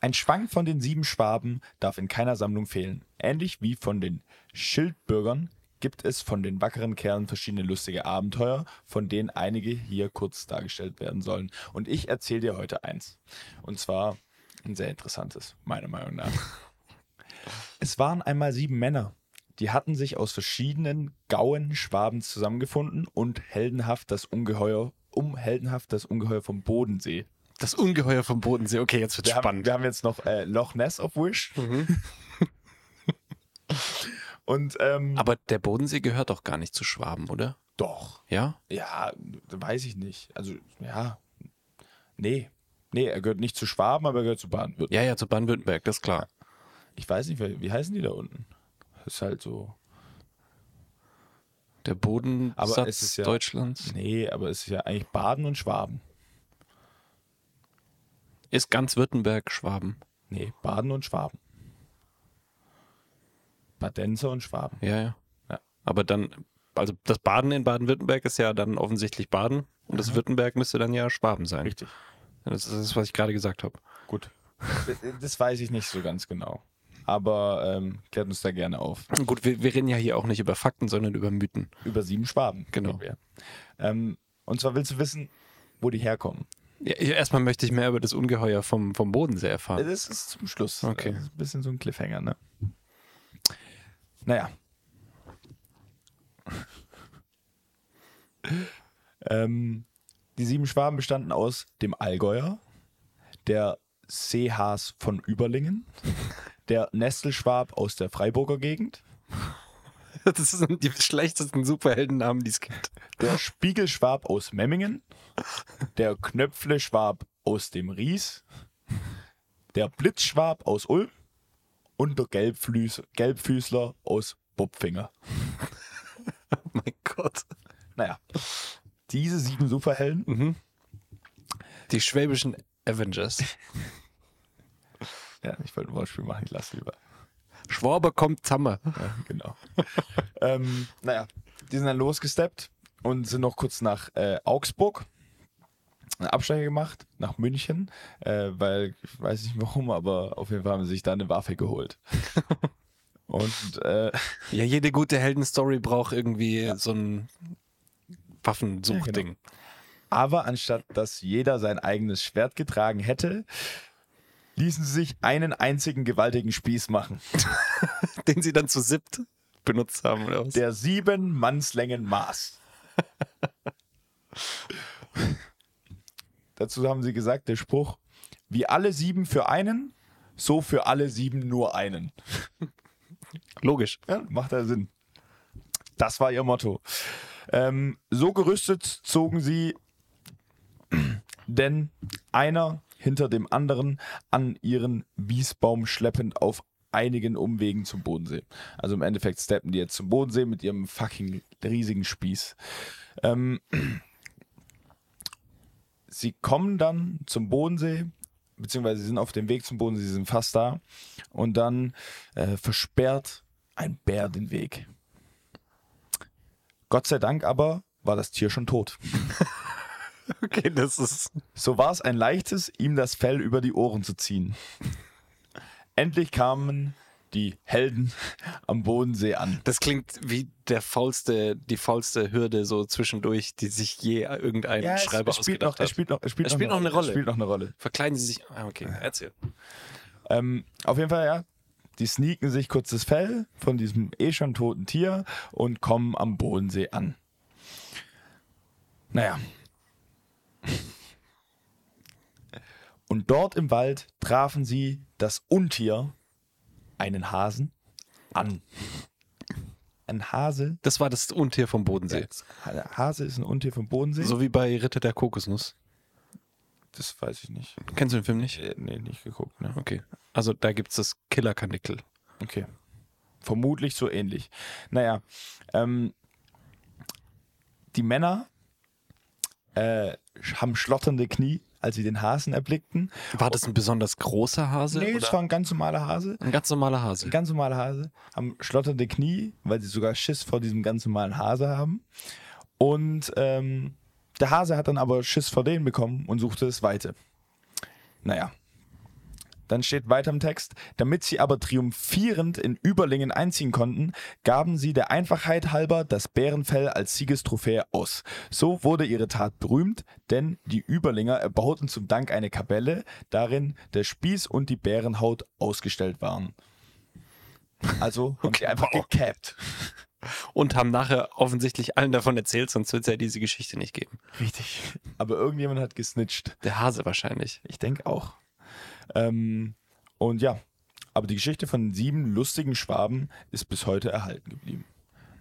Ein Schwang von den sieben Schwaben darf in keiner Sammlung fehlen. Ähnlich wie von den Schildbürgern gibt es von den wackeren Kerlen verschiedene lustige Abenteuer, von denen einige hier kurz dargestellt werden sollen. Und ich erzähle dir heute eins. Und zwar ein sehr interessantes, meiner Meinung nach. Es waren einmal sieben Männer. Die hatten sich aus verschiedenen Gauen Schwabens zusammengefunden und heldenhaft das Ungeheuer, um heldenhaft das Ungeheuer vom Bodensee Das Ungeheuer vom Bodensee. Okay, jetzt wird's wir Haben, wir haben jetzt noch äh, Loch Ness of Wish. [laughs] Und ähm, aber der Bodensee gehört doch gar nicht zu Schwaben, oder? doch, Ja? ja, weiß ich nicht. Also ja, nee, nee, er gehört nicht zu Schwaben, aber er gehört zu Baden-Württemberg. Ja, ja, zu Baden-Württemberg, das ist klar. Ich weiß nicht, wie, wie heißen die da unten? Ist halt so. Der Bodensatz Aber es ist ja- Deutschlands Nee, aber es ist ja eigentlich Baden und Schwaben. ist ganz Württemberg Schwaben. Nee, Baden und Schwaben. Badenser und Schwaben. Ja, ja. Ja. Aber dann, also das Baden in Baden-Württemberg ist ja dann offensichtlich Baden und das Württemberg müsste dann ja Schwaben sein. Richtig. Das ist das, was ich gerade gesagt habe. Gut. Das weiß ich nicht so ganz genau. Aber ähm, klärt uns da gerne auf. Gut, wir, wir reden ja hier auch nicht über Fakten, sondern über Mythen. über sieben Schwaben. Genau. reden wir. Ähm, und zwar willst du wissen, wo die herkommen. Ja, erstmal möchte ich mehr über das Ungeheuer vom, vom Bodensee erfahren. Das ist zum Schluss. Ah. Okay. Das ist ein bisschen so ein Cliffhanger, ne? Naja. [laughs] ähm, die sieben Schwaben bestanden aus dem Allgäuer, der Seehaas von Überlingen, [laughs] der Nestelschwab aus der Freiburger Gegend, [laughs] Das sind die schlechtesten Superheldennamen, die es gibt. der Spiegelschwab aus Memmingen, der Knöpfle-Schwab aus dem Ries, der Blitzschwab aus Ulm und der Gelbflüß, Gelbfüßler aus Bobfinger. Oh [laughs] mein Gott. Naja, diese sieben Superhelden, Die schwäbischen Avengers. ja, ich wollte ein Wortspiel machen, ich lasse lieber. Schwabe kommt Zammer. Ja, genau. [laughs] ähm, naja, die sind dann losgesteppt und sind noch kurz nach äh, Augsburg. Einen Abstecher gemacht nach München, äh, weil ich weiß nicht warum, aber auf jeden Fall haben sie sich da eine Waffe geholt. Und äh, Ja, jede gute Heldenstory braucht irgendwie so ein Waffensuchding. aber anstatt dass jeder sein eigenes Schwert getragen hätte, ließen sie sich einen einzigen gewaltigen Spieß machen, Den sie dann zu siebt benutzt haben, oder was? der sieben Mannslängen maß. Dazu haben sie gesagt, der Spruch, wie alle sieben für einen, so für alle sieben nur einen. Logisch. Ja, macht ja Sinn. Das war ihr Motto. Ähm, so gerüstet zogen sie denn einer hinter dem anderen an ihren Wiesbaum schleppend auf einigen Umwegen zum Bodensee. Also im Endeffekt steppen die jetzt zum Bodensee mit ihrem fucking riesigen Spieß. Ähm, sie kommen dann zum Bodensee, beziehungsweise sie sind auf dem Weg zum Bodensee, sie sind fast da. Und dann äh, versperrt ein Bär den Weg. Gott sei Dank aber war das Tier schon tot. Okay, das ist. So war es ein leichtes, ihm das Fell über die Ohren zu ziehen. Endlich kamen die Helden am Bodensee an. Das klingt wie der faulste, die faulste Hürde so zwischendurch, die sich je irgendein es- Schreiber es spielt noch, ausgedacht es hat. spielt noch, es spielt Es noch, spielt noch eine Es Rolle. spielt noch eine Rolle. Verkleiden sie sich. Ah, okay, erzähl. Ähm, auf jeden Fall, ja. Die sneaken sich kurz das Fell von diesem eh schon toten Tier und kommen am Bodensee an. Naja. [laughs] Und dort im Wald trafen sie das Untier, einen Hasen, an. Ein Hase. Das war das Untier vom Bodensee. Hase ist ein Untier vom Bodensee. So wie bei Ritter der Kokosnuss. Das weiß ich nicht. Kennst du den Film nicht? Äh, nee, nicht geguckt. Ne? Okay. Also da gibt es das Killerkanickel. Okay. Vermutlich so ähnlich. Naja, ähm, die Männer äh, haben schlotternde Knie, als sie den Hasen erblickten. War das ein besonders großer Hase? Nee, es war ein ganz normaler Hase. ein ganz normaler Hase. Ein ganz normaler Hase. Haben schlotternde Knie, weil sie sogar Schiss vor diesem ganz normalen Hase haben. Und ähm, der Hase hat dann aber Schiss vor denen bekommen und suchte es weiter. Naja. Dann steht weiter im Text, damit sie aber triumphierend in Überlingen einziehen konnten, gaben sie der Einfachheit halber das Bärenfell als Siegestrophäe aus. So wurde ihre Tat berühmt, denn die Überlinger erbauten zum Dank eine Kapelle, darin der Spieß und die Bärenhaut ausgestellt waren. Also haben sie einfach wow. gecapped. Und haben nachher offensichtlich allen davon erzählt, sonst wird es ja diese Geschichte nicht geben. Richtig. Aber irgendjemand hat gesnitcht. Der Hase wahrscheinlich. Ich denke auch. Ähm, und ja, aber die Geschichte von sieben lustigen Schwaben ist bis heute erhalten geblieben.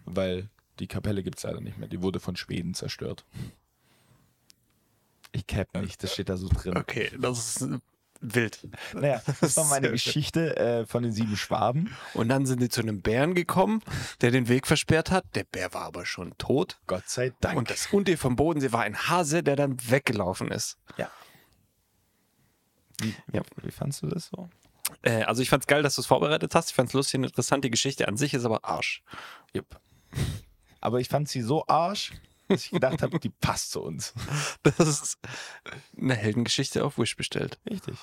Weil die Kapelle gibt es leider nicht mehr. Die wurde von Schweden zerstört. Äh, Ich cap nicht, das steht da so drin. Okay, das ist äh, wild. Naja, das war [laughs] meine Sehr schön. Geschichte äh, von den sieben Schwaben. Und dann sind die zu einem Bären gekommen, der den Weg versperrt hat. Der Bär war aber schon tot. Gott sei Dank. Und das Untier vom Bodensee war ein Hase, der dann weggelaufen ist. ja. Wie, Ja. wie fandst du das so? Äh, also ich fand's geil, dass du es vorbereitet hast. Ich fand's lustig und interessant. Die Geschichte an sich ist aber Arsch. Jupp. Aber ich fand sie so arsch, dass ich gedacht habe, die passt zu uns. Das ist eine Heldengeschichte auf Wish bestellt. Richtig.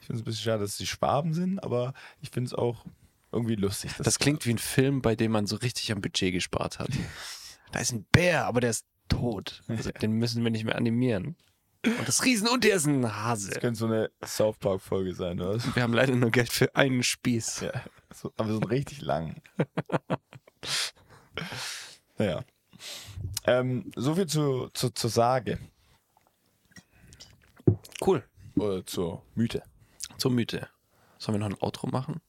Ich finde es ein bisschen schade, dass die Schwaben sind, aber ich finde es auch irgendwie lustig. dass- Das klingt wie ein Film, bei dem man so richtig am Budget gespart hat. Da ist ein Bär, aber der ist [laughs] tot. Also den müssen wir nicht mehr animieren. Und das Riesenuntier ist ein das Hase. könnte so eine South Park-Folge sein, oder? [laughs] was? Wir haben leider nur Geld für einen Spieß. Ja. So, aber so einen richtig [laughs] lang. naja. Ähm, so viel zu, zu, zur Sage Cool. oder zur Mythe. Zur Mythe. Sollen wir noch ein Outro machen?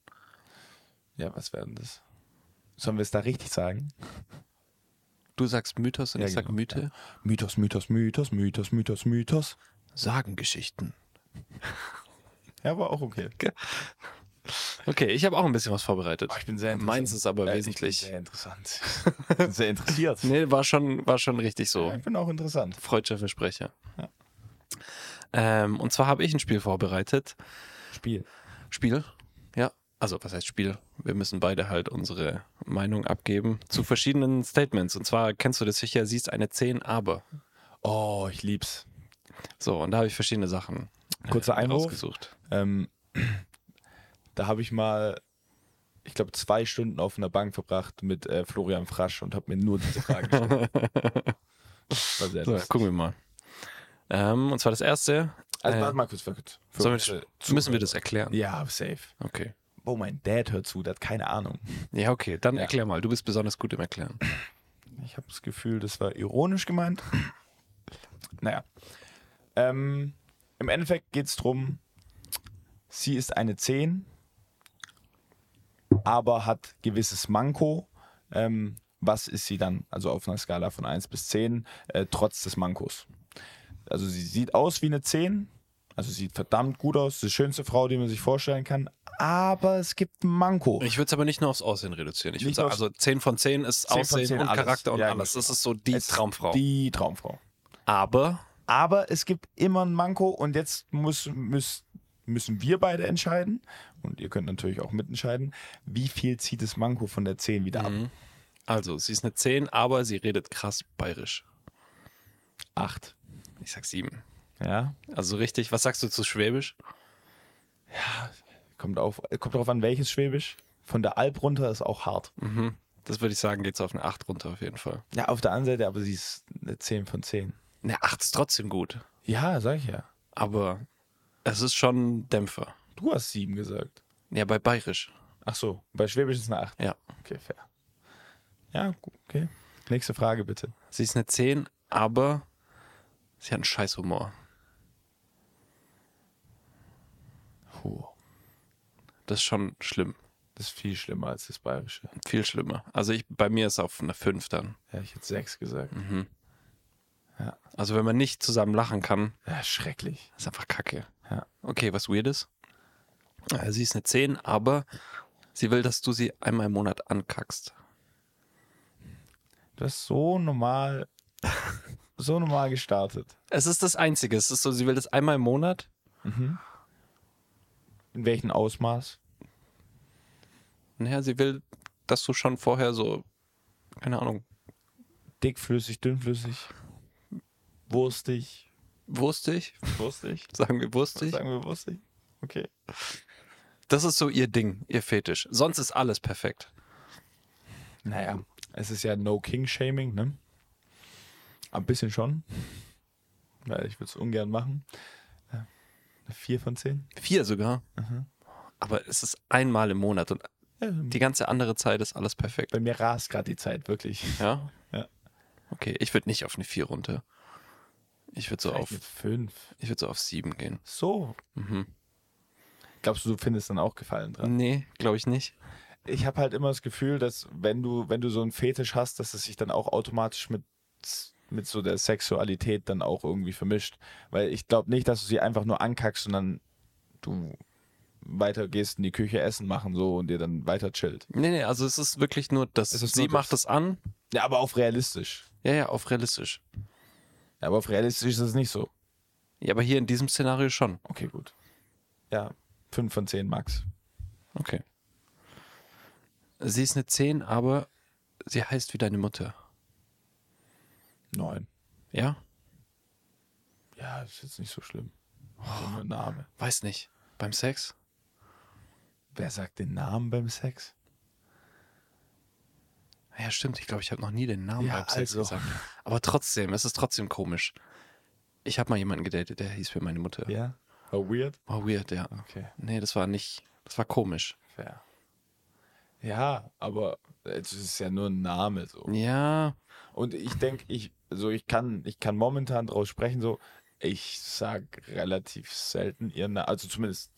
Ja, was werden das? Sollen wir es da richtig sagen? Du sagst Mythos und Ja, ich sag genau, Mythe. Mythos, Mythos, Mythos, Mythos, Mythos, Mythos. Sagengeschichten. Ja, war auch okay. Okay, ich habe auch ein bisschen was vorbereitet. ich bin sehr Meins ist aber Äh, ich bin wesentlich. Sehr interessant. [laughs] Ich bin sehr [laughs] interessiert. Nee, war schon, war schon richtig so. Ich bin auch interessant. Freudscher Versprecher. Ähm, und zwar habe ich ein Spiel vorbereitet. Spiel. Spiel? Ja. Also, was heißt Spiel? Wir müssen beide halt unsere Meinung abgeben zu verschiedenen Statements. Und zwar kennst du das sicher, siehst eine 10, aber. Oh, ich lieb's. So, und da habe ich verschiedene Sachen Kurzer Einwurf. rausgesucht. Ähm, [clears throat] da habe ich mal, ich glaube, zwei Stunden auf einer Bank verbracht mit äh, Florian Frasch und habe mir nur diese Fragen gestellt. [laughs] War sehr So, lustig. gucken wir mal. Ähm, und zwar das erste. Also äh, warte mal kurz, warte kurz. Für Sollen unsere wir, müssen wir das erklären? Ja, safe. Okay. Oh, mein Dad hört zu, der hat keine Ahnung. Ja, okay, dann Ja. erklär mal. Du bist besonders gut im Erklären. Ich habe das Gefühl, das war ironisch gemeint. [clears throat] Naja. Ähm, Im Endeffekt geht es darum, sie ist eine 10, aber hat gewisses Manko. Ähm, was ist sie dann? Also auf einer Skala von 1 bis 10, äh, trotz des Mankos. Also sie sieht aus wie eine 10, also sieht verdammt gut aus, die schönste Frau, die man sich vorstellen kann, aber es gibt ein Manko. Ich würde es aber nicht nur aufs Aussehen reduzieren. Ich würde Nicht sagen, aufs- also 10 von 10 ist 10 von Aussehen 10 und alles. Charakter und Ja, alles. genau. Das ist so die Es ist Traumfrau. Die Traumfrau. Aber Aber es gibt immer ein Manko und jetzt muss, müß, müssen wir beide entscheiden, und ihr könnt natürlich auch mitentscheiden, wie viel zieht das Manko von der 10 wieder ab? Mhm. Also, sie ist eine 10, aber sie redet krass bayerisch. 8. Ich sag 7. Ja, Also richtig, was sagst du zu Schwäbisch? kommt, auf, kommt drauf an, welches Schwäbisch. Von der Alp runter ist auch hart. Mhm. Das würde ich sagen, geht es auf eine 8 runter auf jeden Fall. Ja, auf der anderen Seite, aber sie ist eine 10 von 10. Eine 8 ist trotzdem gut, Ja, sag ich ja. aber es ist schon ein Dämpfer. Du hast 7 gesagt. Ja, bei Bayerisch. Ach so, bei Schwäbisch ist eine 8. Ja. Okay, fair. Ja, gu- okay. Nächste Frage bitte. Sie ist eine 10, aber sie hat einen scheiß Humor. Puh, Das ist schon schlimm. das ist viel schlimmer als das Bayerische. Viel schlimmer. Also ich, bei mir ist auf eine 5 dann. Ja, ich hätte 6 gesagt. Mhm. Ja. Also wenn man nicht zusammen lachen kann, Ja, schrecklich. ist einfach Kacke. Ja. Okay, was Weirdes? Äh, Sie ist eine 10, aber sie will, dass du sie einmal im Monat ankackst. Du hast so normal, so normal gestartet. Es ist das Einzige. Es ist so, sie will das einmal im Monat. In welchem Ausmaß? Naja, sie will, dass du schon vorher so, keine Ahnung, Dickflüssig, dünnflüssig, wurstig. wurstig, Wurstig? sagen wir wurstig. Sagen wir wurstig? Okay. Das ist so ihr Ding, ihr Fetisch. Sonst ist alles perfekt. Naja, es ist ja no King-Shaming, ne? Ein bisschen schon. Weil ich würde es ungern machen. Ja, Eine 4 von 10. Vier sogar. Mhm. Aber es ist einmal im Monat und Ja, die ganze andere Zeit ist alles perfekt. bei mir rast gerade die Zeit, wirklich. Ja? Ja. Okay, ich würde nicht auf eine 4 runter. Ich würde so auf, mit 5. ich würde so auf 7 gehen. So. Mhm. Glaubst du, du findest dann auch Gefallen dran? Nee, glaube ich nicht. Ich habe halt immer das Gefühl, dass wenn du, wenn du so einen Fetisch hast, dass es sich dann auch automatisch mit, mit so der Sexualität dann auch irgendwie vermischt. Weil ich glaube nicht, dass du sie einfach nur ankackst und dann du weiter gehst in die Küche Essen machen so und dir dann weiter chillt. Nee, nee, also es ist wirklich nur, dass Es ist sie nur macht das an. Ja, aber auf realistisch. Ja, ja, auf realistisch. Ja, aber auf realistisch ist es nicht so. Ja, aber hier in diesem Szenario schon. Okay, gut. Ja, 5 von 10 Max. Okay. Sie ist eine 10, aber sie heißt wie deine Mutter. 9. Ja? Ja, ist jetzt nicht so schlimm. Oh. Name. Weiß nicht. Beim Sex? Wer sagt den Namen beim Sex? Ja, stimmt. Ich glaube, ich habe noch nie den Namen Ja, beim Sex also. gesagt. Aber trotzdem, es ist trotzdem komisch. Ich habe mal jemanden gedatet, der hieß wie meine Mutter. Ja. Oh, weird. War weird, ja. Okay. Nee, das war nicht. Das war komisch. Fair. Ja, aber es ist ja nur ein Name so. Ja, Und ich denke, ich, so ich kann, ich kann momentan draus sprechen, so, ich sag relativ selten ihren Namen. Also zumindest,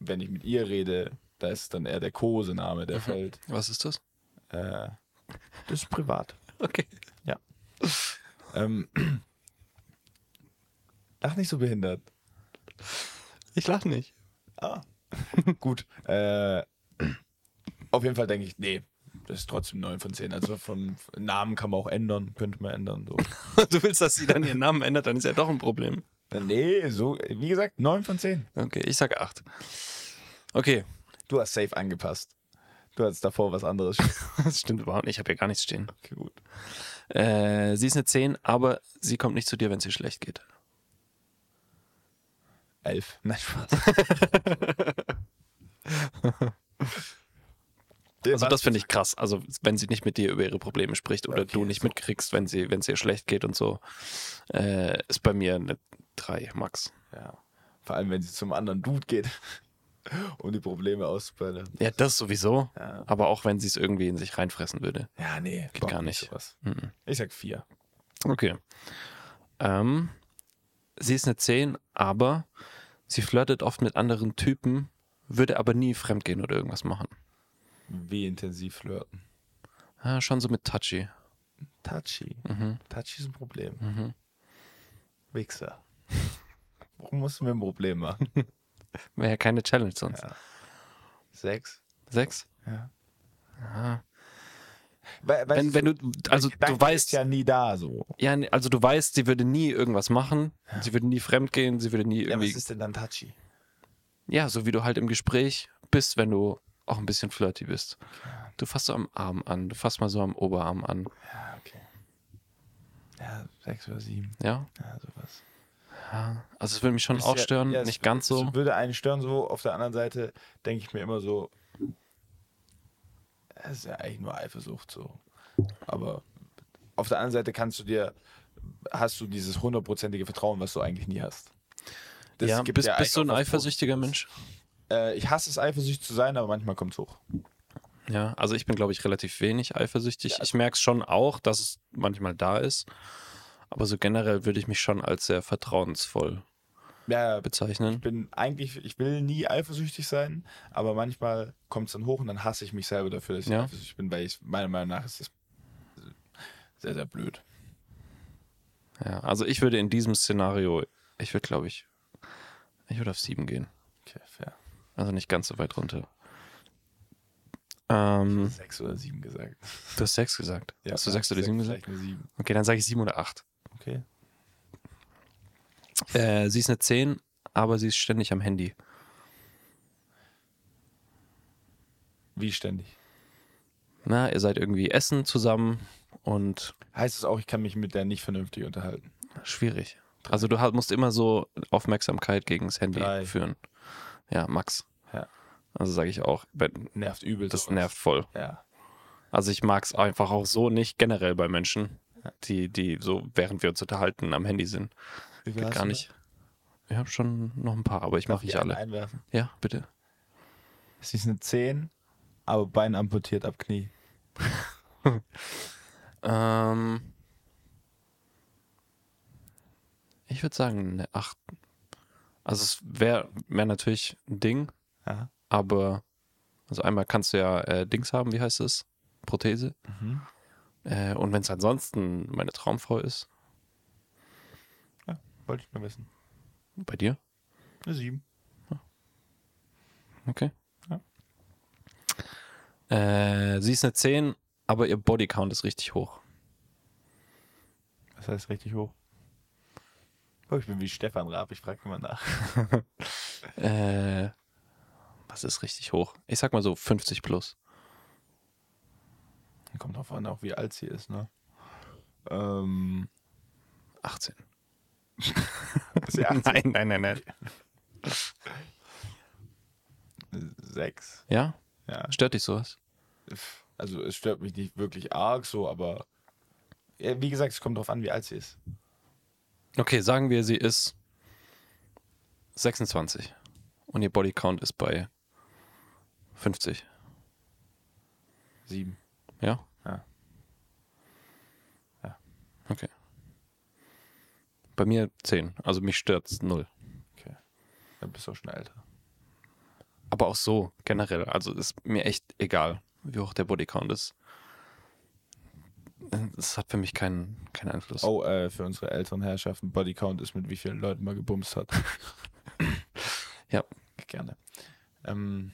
wenn ich mit ihr rede, da ist dann eher der Kosename, der fällt. [laughs] was ist das? Äh, Mhm. das ist privat. Okay. Ähm, [clears throat] lach nicht so behindert. Ich lache nicht. Ah. Gut. Äh, [clears throat] auf jeden Fall denke ich, nee, das ist trotzdem 9 von 10. Also von Namen kann man auch ändern, könnte man ändern. So. [laughs] Du willst, dass sie dann ihren Namen ändert, dann ist ja doch ein Problem. nee, so, wie gesagt, 9 von 10. Okay, ich sag acht. Okay, [laughs] Du hast safe angepasst. Du hattest davor was anderes. [laughs] das stimmt überhaupt nicht. Ich habe ja gar nichts stehen. Okay, gut. Äh, sie ist eine 10, aber sie kommt nicht zu dir, wenn es ihr schlecht geht. 11. Nein, Spaß. [laughs] Also das finde ich krass. Also wenn sie nicht mit dir über ihre Probleme spricht oder Okay, du nicht mitkriegst, wenn sie, wenn es ihr schlecht geht und so, äh, ist bei mir eine 3, Max. Ja. Vor allem, wenn sie zum anderen Dude geht, [laughs] um die Probleme auszubauen. Ja, das sowieso. Ja. Aber auch wenn sie es irgendwie in sich reinfressen würde. ja, nee. Geht braucht gar nicht. sowas. Mhm. Ich sag 4. Okay. Ähm, sie ist eine 10, aber sie flirtet oft mit anderen Typen, würde aber nie fremdgehen oder irgendwas machen. Wie intensiv flirten. Ah, schon so mit Touchy. Touchy. Mhm. Touchy ist ein Problem. Mhm. Wichser. [laughs] Warum mussten wir ein Problem machen? Wäre ja keine Challenge sonst. Ja. Sechs? Sechs? Ja. Ah. Weil, Wenn, weißt wenn du, also Gedanke du weißt, ist ja nie da so. ja, nee, also du weißt, sie würde nie irgendwas machen, sie würde nie fremdgehen, sie würde nie Ja, irgendwie, was ist denn dann touchy? ja, so wie du halt im Gespräch bist, wenn du auch ein bisschen flirty bist. Du fasst so am Arm an, du fasst mal so am Oberarm an, Ja, Ah, okay. Ja, sechs oder sieben, ja. ja, sowas. Ja, Also es würde mich schon Ist auch ja- stören, ja, es- nicht ganz so. Es würde einen stören, so auf der anderen Seite denke ich mir immer so, es ist ja eigentlich nur Eifersucht so. Aber auf der anderen Seite kannst du dir, hast du dieses hundertprozentige Vertrauen, was du eigentlich nie hast. Das ja, gibt bist, eigentlich bist du auch ein was eifersüchtiger Mensch? Positives. Äh, ich hasse es, eifersüchtig zu sein, aber manchmal kommt es hoch. Ja, also ich bin, glaube ich, relativ wenig eifersüchtig. also Ich merke es schon auch, dass es manchmal da ist. Aber so generell würde ich mich schon als sehr vertrauensvoll Ja, ich bezeichnen. bin eigentlich, ich will nie eifersüchtig sein, aber manchmal kommt es dann hoch und dann hasse ich mich selber dafür, dass ich Ja. eifersüchtig bin, weil ich meiner Meinung nach ist das sehr, sehr blöd. Ja, also ich würde in diesem Szenario, ich würde, glaube ich, ich würde auf sieben gehen. Okay, fair. Also nicht ganz so weit runter. Ähm, Sechs oder sieben gesagt. du hast sechs gesagt. hast du sechs oder sieben gesagt? Vielleicht eine sieben. Okay, dann sage ich sieben oder acht. Okay. Äh, sie ist eine zehn, aber sie ist ständig am Handy. Wie ständig? Na, ihr seid irgendwie essen zusammen und Heißt es auch, ich kann mich mit der nicht vernünftig unterhalten? schwierig. Also du ha- musst immer so Aufmerksamkeit gegen das Handy Drei. führen. Ja, Max. Ja. Also sage ich auch, wenn- Nervt übel. das sowas. nervt voll. Ja. Also ich mag es einfach auch so nicht generell bei Menschen, die, die so, während wir uns unterhalten, am Handy sind. Wie viel Geht hast gar du nicht. Ich habe schon noch ein paar, aber ich da? mache nicht einen alle. Einwerfen. Ja, bitte. Sie ist eine 10, aber Bein amputiert ab Knie. Ähm, ich würde sagen, eine 8. Also es wäre wär natürlich ein Ding, Ja. aber also einmal kannst du ja äh, Dings haben, wie heißt es? Prothese. Mhm. Äh, und wenn es ansonsten meine Traumfrau ist, Wollte ich nur wissen. bei dir, Eine 7. okay. Äh, sie ist eine 10, aber ihr Bodycount ist richtig hoch. Das heißt richtig hoch. Oh, ich bin wie Stefan Raab, ich frage immer nach. Äh, was ist richtig hoch? Ich sag mal so 50 plus. Kommt drauf an, auch wie alt sie ist, ne? Ähm, [laughs] 18. ist sie 18? Nein, nein, nein, nein. 6. Ja? Ja. Stört dich sowas? Pff, Also es stört mich nicht wirklich arg so, aber ja, wie gesagt, es kommt drauf an, wie alt sie ist. Okay, sagen wir, sie ist 26 und ihr Bodycount ist bei 50. Sieben. Ja? Ja. Ja. Okay. Bei mir 10. Also mich stört es null. Okay. Dann bist du auch schon älter. Aber auch so generell. Also ist mir echt egal, wie hoch der Bodycount ist. Das hat für mich keinen, keinen Einfluss. Oh, äh, für unsere älteren Herrschaften, Bodycount ist mit wie vielen Leuten man gebumst hat. [laughs] Ja. Gerne. Ähm,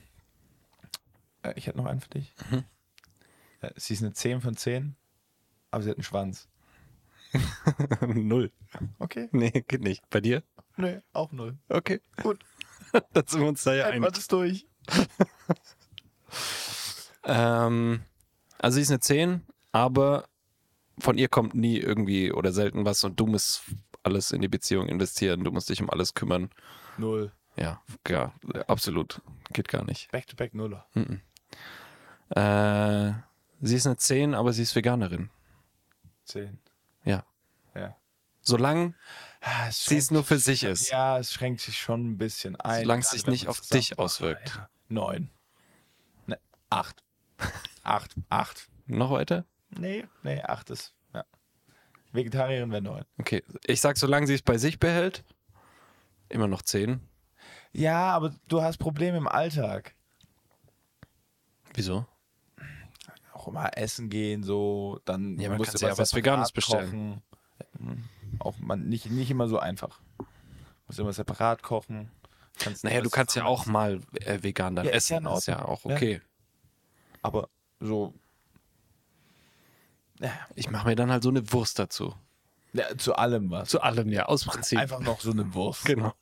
äh, ich hätte noch einen für dich. Mhm. Äh, sie ist eine 10 von 10, aber sie hat einen Schwanz. [laughs] null. Okay. Nee, geht nicht. Bei dir? Nee, auch null. Okay. Gut. [laughs] Dann sind wir uns da ja einig. Einmal ist durch. Ähm, also sie ist eine 10, aber von ihr kommt nie irgendwie oder selten was und du musst alles in die Beziehung investieren, du musst dich um alles kümmern. Null. Ja, ja absolut. Geht gar nicht. Back-to-back Nuller. Mhm. Äh, sie ist eine 10, aber sie ist Veganerin. 10. Ja. Ja. Solange Ah, es sie es schränkt- nur für sich ist. Ja, es schränkt sich schon ein bisschen ein. Solange es gerade sich wenn nicht man auf dich zusammen- auswirkt. Ja. Neun. Ne, acht. acht. Acht. Noch weiter? Nee, nee, acht ist. Ja. Vegetarierin wäre neun. Okay. Ich sag, solange sie es bei sich behält, immer noch 10. Ja, aber du hast Probleme im Alltag. Wieso? Auch immer essen gehen, so, dann Ja, man musst kann du sich ja was separat Veganes bestellen. kochen. Auch man, nicht, nicht immer so einfach. Musst immer separat kochen. Kannst Naja, du alles kannst ja zusammen auch mal äh, vegan dann Ja, ist ja essen. in ist ja auch Ja. okay. Aber so Ich mache mir dann halt so eine Wurst dazu. Ja, zu allem was. Zu allem, ja, aus Prinzip. Einfach noch so eine Wurst. Genau.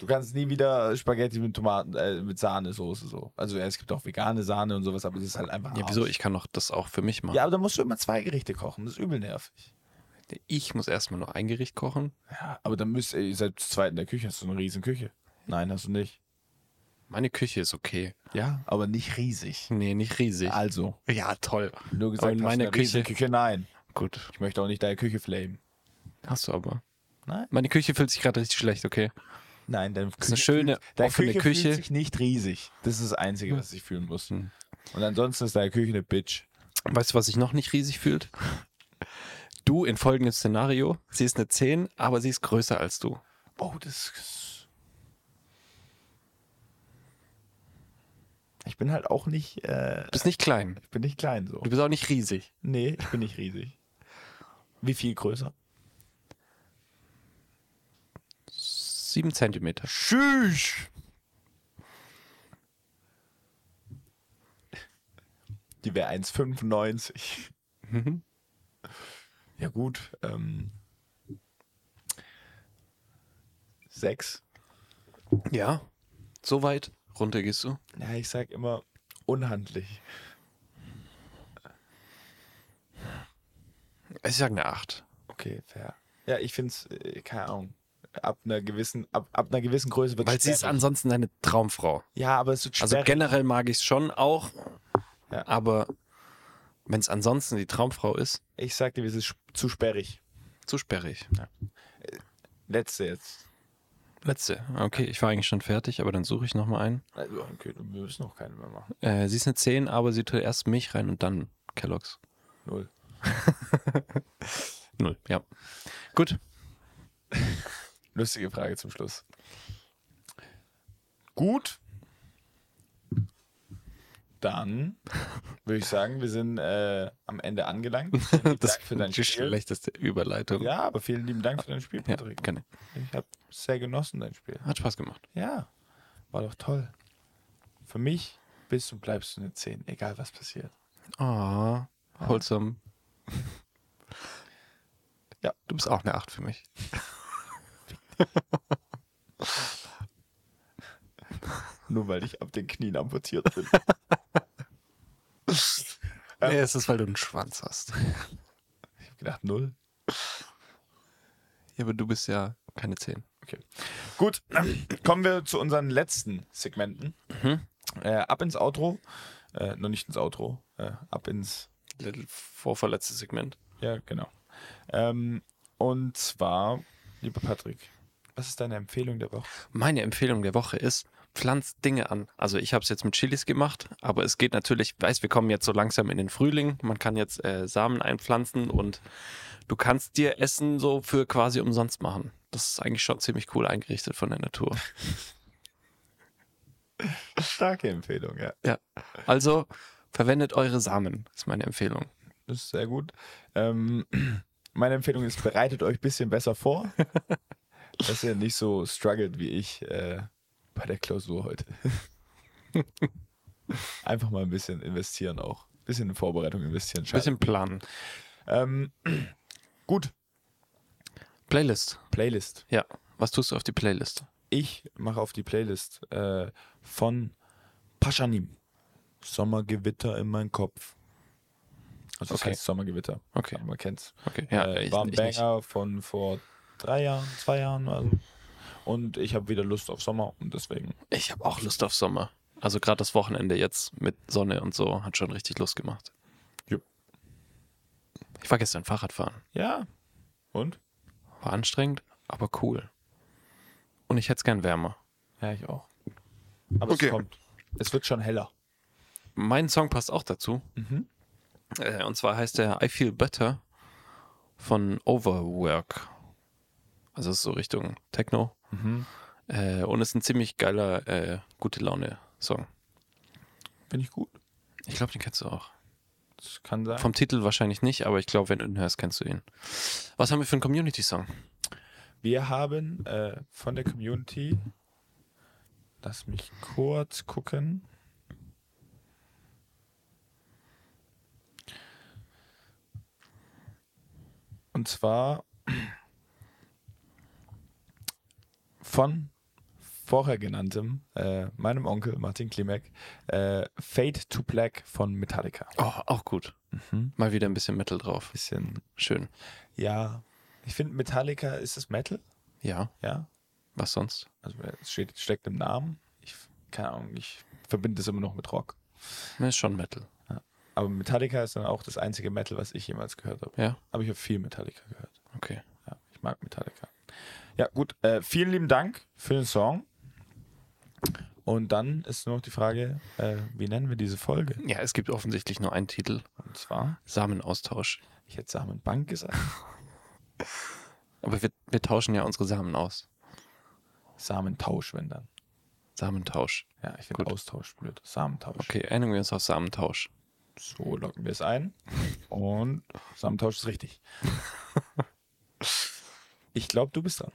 Du kannst nie wieder Spaghetti mit Tomaten, äh, mit Sahnesoße so. Also ja, es gibt auch vegane Sahne und sowas, aber das ist halt einfach. Ja, wieso? Ich kann doch das auch für mich machen. Ja, aber da musst du immer zwei Gerichte kochen. Das ist übel nervig. Ich muss erstmal noch ein Gericht kochen. Ja, aber dann müsst ihr, ihr seid zu zweit in der Küche. Hast du eine riesen Küche? Nein, hast du nicht. Meine Küche ist okay. Ja, aber nicht riesig. Nee, nicht riesig. Also, Ja, toll. nur gesagt, Aber in hast du meiner eine riesige Küche, nein. Gut. Ich möchte auch nicht deine Küche flamen. Hast du aber. Nein. Meine Küche fühlt sich gerade richtig schlecht, okay? Nein, deine ist eine schöne, fühlt, deine offene Küche, Küche. Hm. fühlt sich nicht riesig. Das ist das Einzige, was ich fühlen muss. Und ansonsten ist deine Küche eine Bitch. Weißt du, was sich noch nicht riesig fühlt? Du in folgendem Szenario. Sie ist eine 10, aber sie ist größer als du. Oh, das ist... Ich bin halt auch nicht, äh, Du bist nicht klein. ich bin nicht klein so. Du bist auch nicht riesig. Nee, ich bin nicht riesig. Wie viel größer? 7 Zentimeter. Tschüss! Die wäre 1,95. Mhm. Ja gut, ähm... Sechs. Ja. So weit runter gehst du. Ja, ich sag immer unhandlich. Ich sag eine 8. Okay, fair. Ja, ich find's, äh, keine Ahnung. Ab einer gewissen, ab, ab einer gewissen Größe wird Weil sie ist ansonsten deine Traumfrau. Ja, aber es wird Also sperrig. generell mag ich es schon auch. Ja. Aber wenn es ansonsten die Traumfrau ist, ich sag dir, es ist sp- zu sperrig. zu sperrig. Letzte jetzt. Letzte. Okay, ich war eigentlich schon fertig, aber dann suche ich nochmal einen. Also, okay, wir müssen noch keine mehr machen. Äh, sie ist eine 10, aber sie tut erst Milch rein und dann Kelloggs. Null. Null, ja. Gut. Lustige Frage zum Schluss. Gut. Dann würde ich sagen, wir sind äh, am Ende [laughs] angelangt. Vielen lieben Dank für dein die Spiel. schlechteste Überleitung. Ja, aber vielen lieben Dank für dein Spiel, Ja, Patrick. gerne. Ich habe sehr genossen, dein Spiel. Hat Spaß gemacht. Ja, war doch toll. Für mich bist und bleibst du eine 10, egal was passiert. Ah, [laughs] wholesome. Ja. Du bist auch eine 8 für mich. Nur weil ich ab den Knien amputiert bin. Ja. Nee, es ist, weil du einen Schwanz hast. ich habe gedacht, null. Ja, aber du bist ja keine 10. Gut, kommen wir zu unseren letzten Segmenten. Mhm. Äh, ab ins Outro. Äh, noch nicht ins Outro. Äh, ab ins. Vorverletztes Segment. Ja, genau. Ähm, und zwar, lieber Patrick, was ist deine Empfehlung der Woche? Meine Empfehlung der Woche ist, pflanzt Dinge an. Also ich habe es jetzt mit Chilis gemacht, aber es geht natürlich, ich weiß, wir kommen jetzt so langsam in den Frühling. Man kann jetzt äh, Samen einpflanzen und du kannst dir Essen so für quasi umsonst machen. Das ist eigentlich schon ziemlich cool eingerichtet von der Natur. Starke Empfehlung, ja. Also verwendet eure Samen, ist meine Empfehlung. Das ist sehr gut. Ähm, [clears throat] meine Empfehlung ist, bereitet euch ein bisschen besser vor, [laughs] dass ihr nicht so struggelt wie ich äh, bei der Klausur [laughs] heute. Einfach mal ein bisschen investieren auch. Ein bisschen in Vorbereitung investieren. Ein bisschen Schade. planen. Ähm, [clears throat] gut, Playlist. Playlist. Ja. Was tust du auf die Playlist? Ich mache auf die Playlist äh, von Paschanim. Sommergewitter in meinem Kopf. Also, das Okay. heißt Sommergewitter. Okay, Man kennt's. okay. Ja, äh, ich, war ein ich nicht. Banger von vor drei Jahren, zwei Jahren. Also. Und ich habe wieder Lust auf Sommer und deswegen. Ich habe auch Lust auf Sommer. Also gerade das Wochenende jetzt mit Sonne und so hat schon richtig Lust gemacht. Jo. Ich war gestern Fahrradfahren. Ja. Und? War anstrengend, aber cool. Und ich hätte es gern wärmer. Ja, ich auch. Aber Okay. es kommt. Es wird schon heller. Mein Song passt auch dazu. Mhm. Äh, und zwar heißt der I Feel Better von Overwork. Also es ist so Richtung Techno. Mhm. Äh, und ist ein ziemlich geiler, äh, gute Laune-Song. Finde ich gut. Ich glaube, den kennst du auch. Das kann sein. Vom Titel wahrscheinlich nicht, aber ich glaube, wenn du ihn hörst, kennst du ihn. Was haben wir für einen Community-Song? Wir haben äh, von der Community. Lass mich kurz gucken. Und zwar von vorher genanntem, äh, meinem Onkel Martin Klimek, äh, Fade to Black von Metallica. Oh, auch gut. Mal wieder ein bisschen Metal drauf. Bisschen, Schön. ja. Ich finde, Metallica ist es Metal, Ja, ja. was sonst? Also es steht, steckt im Namen. Ich, keine Ahnung, ich verbinde es immer noch mit Rock. Na, Ist schon Metal. Aber Metallica ist dann auch das einzige Metal, was ich jemals gehört habe. Ja. Aber ich habe viel Metallica gehört. Okay. Ja, ich mag Metallica. Ja, gut. Äh, vielen lieben Dank für den Song. Und dann ist nur noch die Frage, äh, wie nennen wir diese Folge? Ja, es gibt offensichtlich nur einen Titel. Und zwar, Samenaustausch. ich hätte Samenbank gesagt. Aber wir, wir tauschen ja unsere Samen aus. Samentausch, wenn dann. Samentausch. Ja, ich finde Gut. Austausch blöd. Samentausch. Okay, einigen wir uns auf Samentausch. So locken wir es ein. Und Samentausch ist [laughs] richtig. Ich glaube, du bist dran.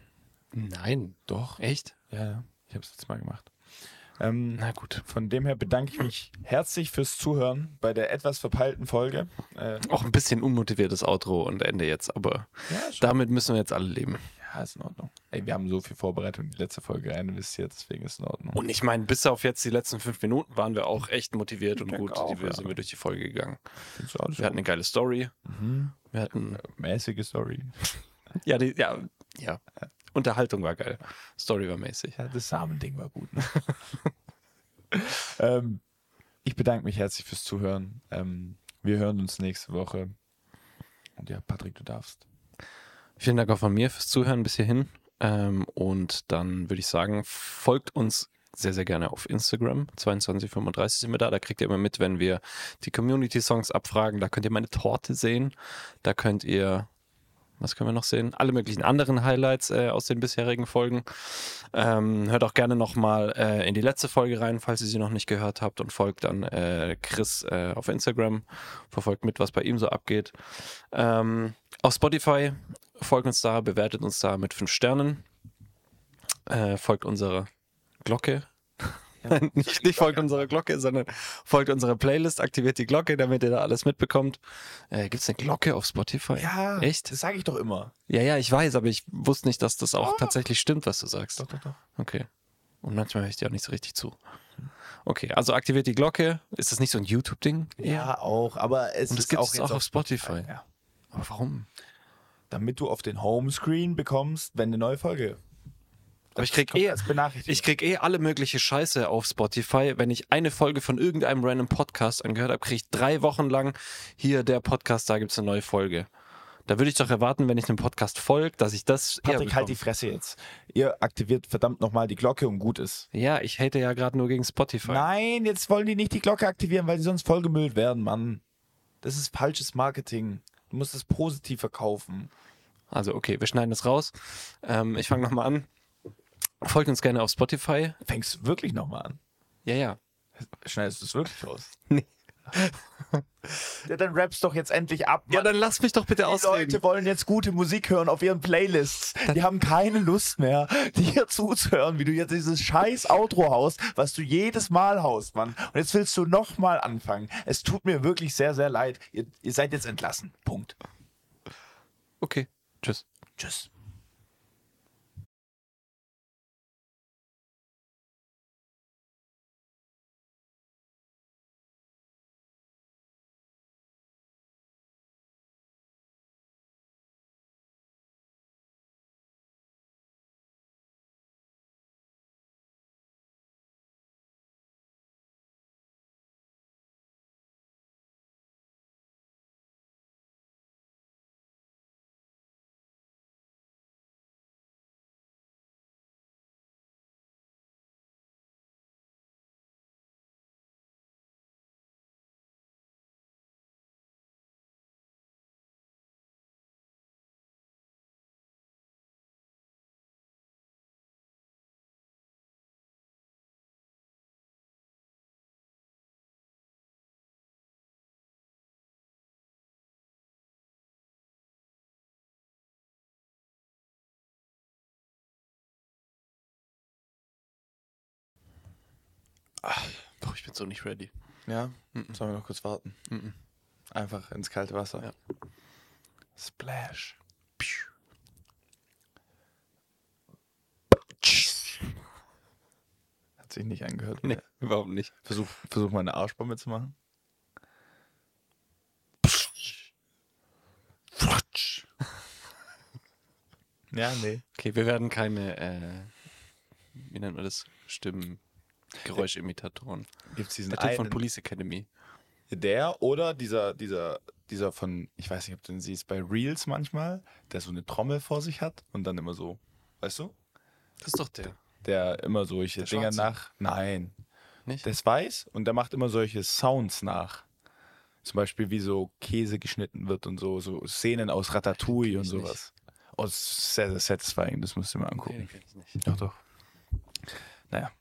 Nein. Doch. Echt? Ja, ja. Ich habe es jetzt mal gemacht. Ähm, Na gut. von dem her bedanke ich mich herzlich fürs Zuhören bei der etwas verpeilten Folge. Äh, Auch ein bisschen unmotiviertes Outro und Ende jetzt, aber ja, schon. damit müssen wir jetzt alle leben. ja, ist in Ordnung. Ey, wir haben so viel Vorbereitung in die letzte Folge rein investiert, deswegen ist in Ordnung. Und ich meine, bis auf jetzt die letzten fünf Minuten waren wir auch echt motiviert und denke gut auch, die, wir ja. sind wir durch die Folge gegangen. Findest du alles Wir hatten eine geile Story. Mhm. Wir hatten. Mäßige Story. Ja, die, ja, ja. Unterhaltung war geil. Story war mäßig. Ja, das Samending war gut. Ne? [laughs] ähm, ich bedanke mich herzlich fürs Zuhören. Ähm, wir hören uns nächste Woche. Und ja, Patrick, du darfst. Vielen Dank auch von mir fürs Zuhören bis hierhin. Ähm, und dann würde ich sagen, folgt uns sehr, sehr gerne auf Instagram. 2235 sind wir da. Da kriegt ihr immer mit, wenn wir die Community-Songs abfragen. Da könnt ihr meine Torte sehen. Da könnt ihr, was können wir noch sehen? Alle möglichen anderen Highlights äh, aus den bisherigen Folgen. Ähm, hört auch gerne nochmal äh, in die letzte Folge rein, falls ihr sie noch nicht gehört habt. Und folgt dann äh, Chris äh, auf Instagram. Verfolgt mit, was bei ihm so abgeht. Ähm, auf Spotify folgt uns da, bewertet uns da mit fünf Sternen, äh, folgt unserer Glocke. Nein, [laughs] nicht, nicht folgt unserer Glocke, sondern folgt unserer Playlist, aktiviert die Glocke, damit ihr da alles mitbekommt. Äh, Gibt es eine Glocke auf Spotify? Ja, Echt? Das sage ich doch immer. Ja, ja, ich weiß, aber ich wusste nicht, dass das auch tatsächlich stimmt, was du sagst. Doch, doch, doch. Ah. Okay. Und manchmal höre ich dir auch nicht so richtig zu. Okay, also aktiviert die Glocke. Ist das nicht so ein YouTube-Ding? Ja, auch. Aber es Und das ist gibt auch es jetzt auch auf auf Spotify. Ja. Aber warum? damit du auf den Homescreen bekommst, wenn eine neue Folge. Aber ich krieg kommt eh- als Benachrichtigung. Ich krieg eh alle mögliche Scheiße auf Spotify. Wenn ich eine Folge von irgendeinem random Podcast angehört habe, krieg ich drei Wochen lang hier der Podcast, da gibt's eine neue Folge. Da würde ich doch erwarten, wenn ich einem Podcast folge, dass ich das eher Patrick, halt die bekomme. Fresse jetzt. Ihr aktiviert verdammt nochmal die Glocke um und gut ist. Ja, ich hate ja gerade nur gegen Spotify. Nein, jetzt wollen die nicht die Glocke aktivieren, weil sie sonst vollgemüllt werden, Mann. Das ist falsches Marketing. Du musst es positiv verkaufen. Also okay, wir schneiden das raus. Ähm, ich fange nochmal an. Folgt uns gerne auf Spotify. Fängst wirklich nochmal an. Ja, ja. Schneidest du es wirklich raus? [laughs] Nee. ja, dann rappst doch jetzt endlich ab. Ja, Mann. dann lass mich doch bitte die ausreden. Leute wollen jetzt gute Musik hören auf ihren Playlists. Die haben keine Lust mehr, [laughs] dir zuzuhören, wie du jetzt dieses scheiß Outro haust, was du jedes Mal haust, Mann. Und jetzt willst du nochmal anfangen. Es tut mir wirklich sehr, sehr leid. Ihr, ihr seid jetzt entlassen. Punkt. Okay, tschüss. Tschüss. Boah, ich bin so nicht ready. Ja, sollen wir noch kurz warten? Mhm. Einfach ins kalte Wasser. Ja. Splash. sich nicht angehört. Nee, überhaupt nicht. Versuch, versuch mal eine Arschbombe zu machen. Ja, nee. Okay, wir werden keine, äh, wie nennt man das? Stimmen. Geräuschimitatoren. Gibt's diesen Der Typ einen, von Police Academy. der oder dieser, dieser, dieser von, ich weiß nicht, ob du den siehst, bei Reels manchmal, der so eine Trommel vor sich hat und dann immer so, weißt du? Das ist doch der. Der immer solche Der Dinger Schwarze? nach. Nein. Nicht? Der ist weiß und der macht immer solche Sounds nach. Zum Beispiel, wie so Käse geschnitten wird und so, so Szenen aus Ratatouille und ich nicht. sowas. Oh, das ist sehr, sehr satisfying, das musst du dir mal Nee, angucken. den kenn ich nicht. Doch, doch. Naja.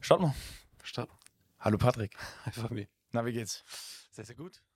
Schaut mal. Start. Hallo Patrick. Einfach wie. Na, wie geht's? Sehr, sehr gut. Äh,